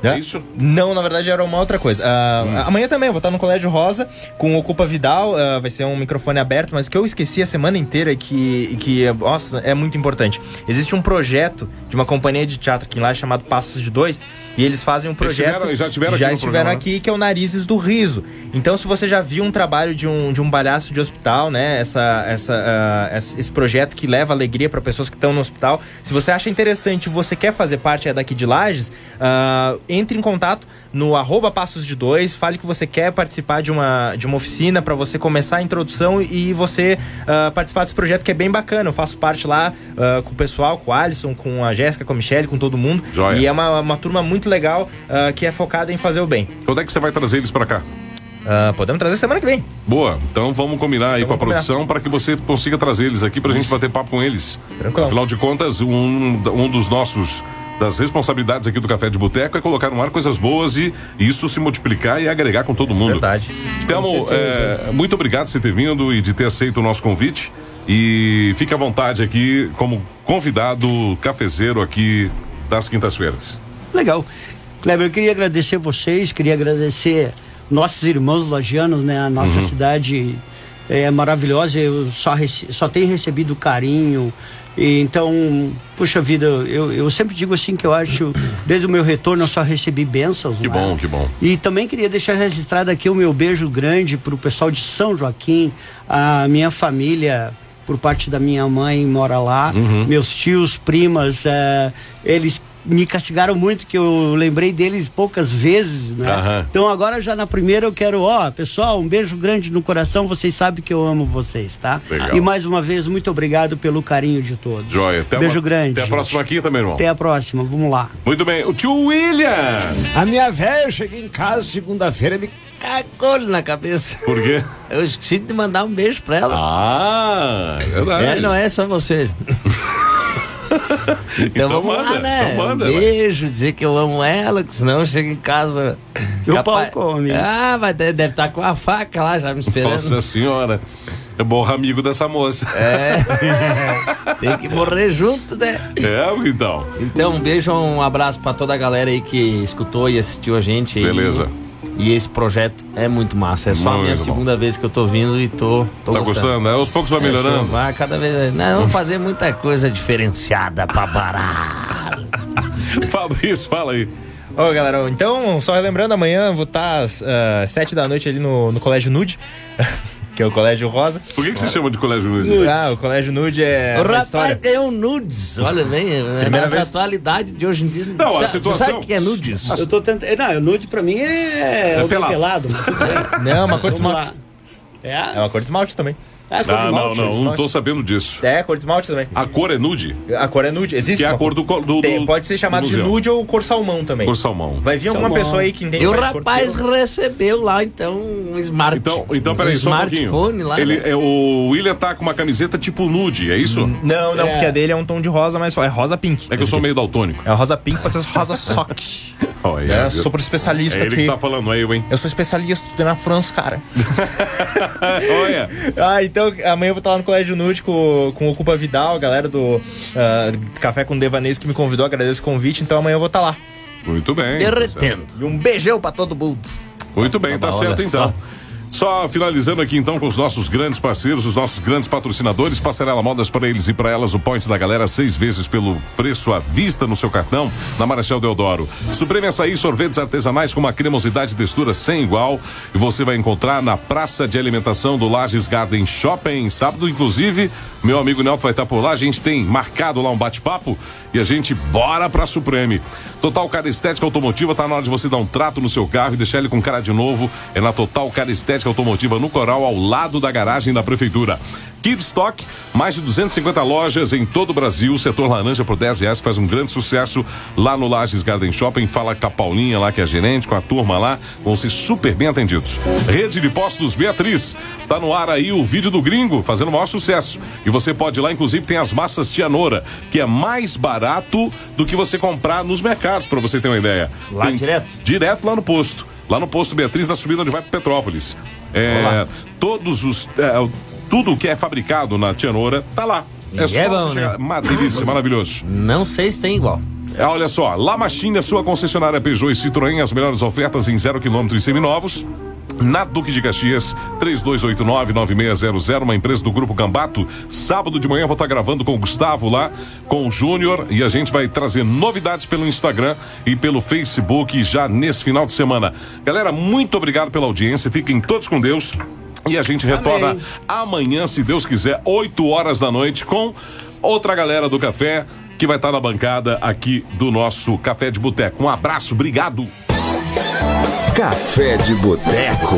É isso?
Não, na verdade era uma outra coisa. Ah, Amanhã também, eu vou estar no Colégio Rosa com o Ocupa Vidal. ah, vai ser um microfone aberto, mas o que eu esqueci a semana inteira e que, e que nossa, é muito importante. Existe um projeto de uma companhia de teatro aqui em lá chamado Passos de Dois. E eles fazem um projeto.
tiveram- já tiveram aqui
já
no
estiveram
programa, né?
aqui aqui, que é o Narizes do Riso. Então, se você já viu um trabalho de um, de um balhaço de hospital, né? Essa, essa, ah, essa- esse projeto que leva alegria para pessoas que estão no hospital. Se você acha interessante e você quer fazer parte é daqui de Lages, ah, entre em contato no arroba Passos de Dois, fale que você quer participar de uma, de uma oficina para você começar a introdução e você ah, participar desse projeto que é bem bacana. Eu faço parte lá ah, com o pessoal, com o Alisson, com a Jéssica, com a Michelle, com todo mundo.
Joia.
E é uma, uma turma muito legal ah, que é focada em fazer o bem.
Quando é que você vai trazer eles pra cá?
Ah, podemos trazer semana que vem.
Boa, então vamos combinar aí
Então
com a
vamos combinar.
produção para que você consiga trazer eles aqui pra gente bater papo com eles.
Tranquilo.
Afinal de contas, um, um dos nossos das responsabilidades aqui do Café de Boteco é colocar no ar coisas boas e isso se multiplicar e agregar com todo mundo.
Verdade.
Telmo, é, muito obrigado por você ter vindo e de ter aceito o nosso convite. E fique à vontade aqui como convidado cafezeiro aqui das quintas-feiras.
Legal. Kleber, eu queria agradecer vocês, queria agradecer nossos irmãos lagianos, né? A nossa
Uhum.
cidade é maravilhosa, eu só, rece- só tenho recebido carinho. E então, puxa vida, eu, eu sempre digo assim que eu acho, desde o meu retorno, eu só recebi bênçãos.
Que
não é?
bom, que bom.
E também queria deixar registrado aqui o meu beijo grande pro pessoal de São Joaquim, a minha família, por parte da minha mãe, mora lá,
Uhum.
meus tios, primas, eh, eles me castigaram muito que eu lembrei deles poucas vezes, né?
Aham.
Então agora já na primeira eu quero, ó, pessoal, um beijo grande no coração, vocês sabem que eu amo vocês, tá?
Legal.
E mais uma vez muito obrigado pelo carinho de todos.
Joia. Até
beijo
uma-
grande.
Até a
gente.
próxima quinta, meu irmão.
Até a próxima, vamos lá.
Muito bem. O tio William.
A minha velha, eu cheguei em casa segunda-feira e me
Cagou-lhe na cabeça.
Por quê?
Eu esqueci de mandar um beijo pra ela.
Ah, é verdade.
É, não é só você. Então,
Então
vamos
manda,
lá, né?
então manda,
um
vai.
beijo, dizer que eu amo ela, que senão eu chego em casa.
E o pau come.
Ah, vai ter- deve estar com a faca lá já me esperando.
Nossa senhora. É bom amigo dessa moça.
É. Tem que morrer junto, né?
É, então.
Então, um beijo, um abraço pra toda a galera aí que escutou e assistiu a gente.
Beleza.
E, e esse projeto é muito massa. É só a minha
Muito bom.
segunda vez que eu tô vindo e tô, tô
Tá gostando? É, aos poucos vai melhorando.
Vai cada vez. Não, vamos fazer muita coisa diferenciada pra parar.
Fabrício, fala aí.
Ô, galera, então, só relembrando, amanhã eu vou estar às ah, sete da noite ali no, no Colégio Nude, que é o Colégio Rosa.
Por que, que
É.
você chama de colégio Luiz?
Ah, o Colégio Nude é.
O
uma
rapaz
história.
ganhou nudes. Olha, bem,
Primeira
nessa
vez-
atualidade de hoje em dia.
Não, a
Sa-
situação-
Sabe o que é nudes?
Eu tô tentando. Não, nude pra mim é.
É
alguém
pelado.
pelado. mas tudo bem.
Não, uma cor de
Vamos
esmalte.
lá. É?
É uma cor de esmalte também.
É, cor de
Ah, não,
malte.
não, não tô sabendo disso.
É, cor de esmalte também.
A cor é nude?
A cor é nude. Existe?
Que é a
uma
cor do co- do-
Tem-
do-
pode ser chamado
do
de
museu.
nude ou cor salmão também.
Cor salmão.
Vai vir alguma
Salmão.
pessoa aí que entende
E o
é
mais de cor de
rapaz
salmão.
recebeu lá, então, um smart.
Então, então peraí, só um
smartphone
pouquinho.
lá.
Ele,
né? Hum.
é, o William tá com uma camiseta tipo nude, é isso?
Não, não, porque a dele é um tom de rosa, mas é rosa pink.
É que eu sou meio daltônico.
É rosa pink, pode ser rosa sock.
Olha,
É,
eu-
sou pro
é
especialista
ele
aqui.
que tá falando, não é eu, hein?
Eu sou especialista na França, cara.
Olha,
Ah, então amanhã eu vou estar lá no Colégio Nude com, com o Ocupa Vidal, a galera do ah, Café com Devanês que me convidou, agradeço o convite, então amanhã eu vou estar lá.
muito bem. tá certo.
Derretendo. E um beijão pra todo mundo.
Muito bem, tá
Olha
certo então.
só.
Só finalizando aqui então com os nossos grandes parceiros, os nossos grandes patrocinadores, Passarela Modas para eles e para elas, o Point da Galera, seis vezes pelo preço à vista no seu cartão, na Marechal Deodoro. Supreme Açaí, sorvetes artesanais com uma cremosidade e textura sem igual. E você vai encontrar na Praça de Alimentação do Lages Garden Shopping. Sábado, inclusive, meu amigo Nelto vai estar por lá. A gente tem marcado lá um bate-papo e a gente bora pra Supreme. Total Cara Estética Automotiva, tá na hora de você dar um trato no seu carro e deixar ele com cara de novo. É na Total Cara Estética Automotiva, no Coral, ao lado da garagem da Prefeitura. Kidstock, mais de 250 lojas em todo o Brasil. Setor laranja por 10 reais, faz um grande sucesso lá no Lages Garden Shopping. Fala com a Paulinha lá, que é gerente, com a turma lá. Vão ser super bem atendidos. Rede de Postos Beatriz. Tá no ar aí o vídeo do gringo, fazendo o maior sucesso. E você pode ir lá, inclusive, tem as massas Tianora, que é mais barato do que você comprar nos mercados, pra você ter uma ideia.
Lá
Tem-
direto?
Direto lá no posto. Lá no posto Beatriz, na subida onde vai para Petrópolis. É, todos os. é, tudo que é fabricado na Tianora tá lá. É
E
só
é bom,
você
né?
chegar. Uma delícia, maravilhoso.
Não sei se tem igual.
É, olha só, La Machine, a sua concessionária Peugeot e Citroën, as melhores ofertas em zero quilômetro e seminovos. Na Duque de Caxias, 3289-9600, uma empresa do Grupo Gambato. Sábado de manhã eu vou estar gravando com o Gustavo lá, com o Júnior, e a gente vai trazer novidades pelo Instagram e pelo Facebook já nesse final de semana. Galera, muito obrigado pela audiência, fiquem todos com Deus. E a gente retorna amanhã, se Deus quiser, 8 horas da noite, com outra galera do café que vai estar na bancada aqui do nosso Café de Boteco. Um abraço, obrigado.
Café de Boteco.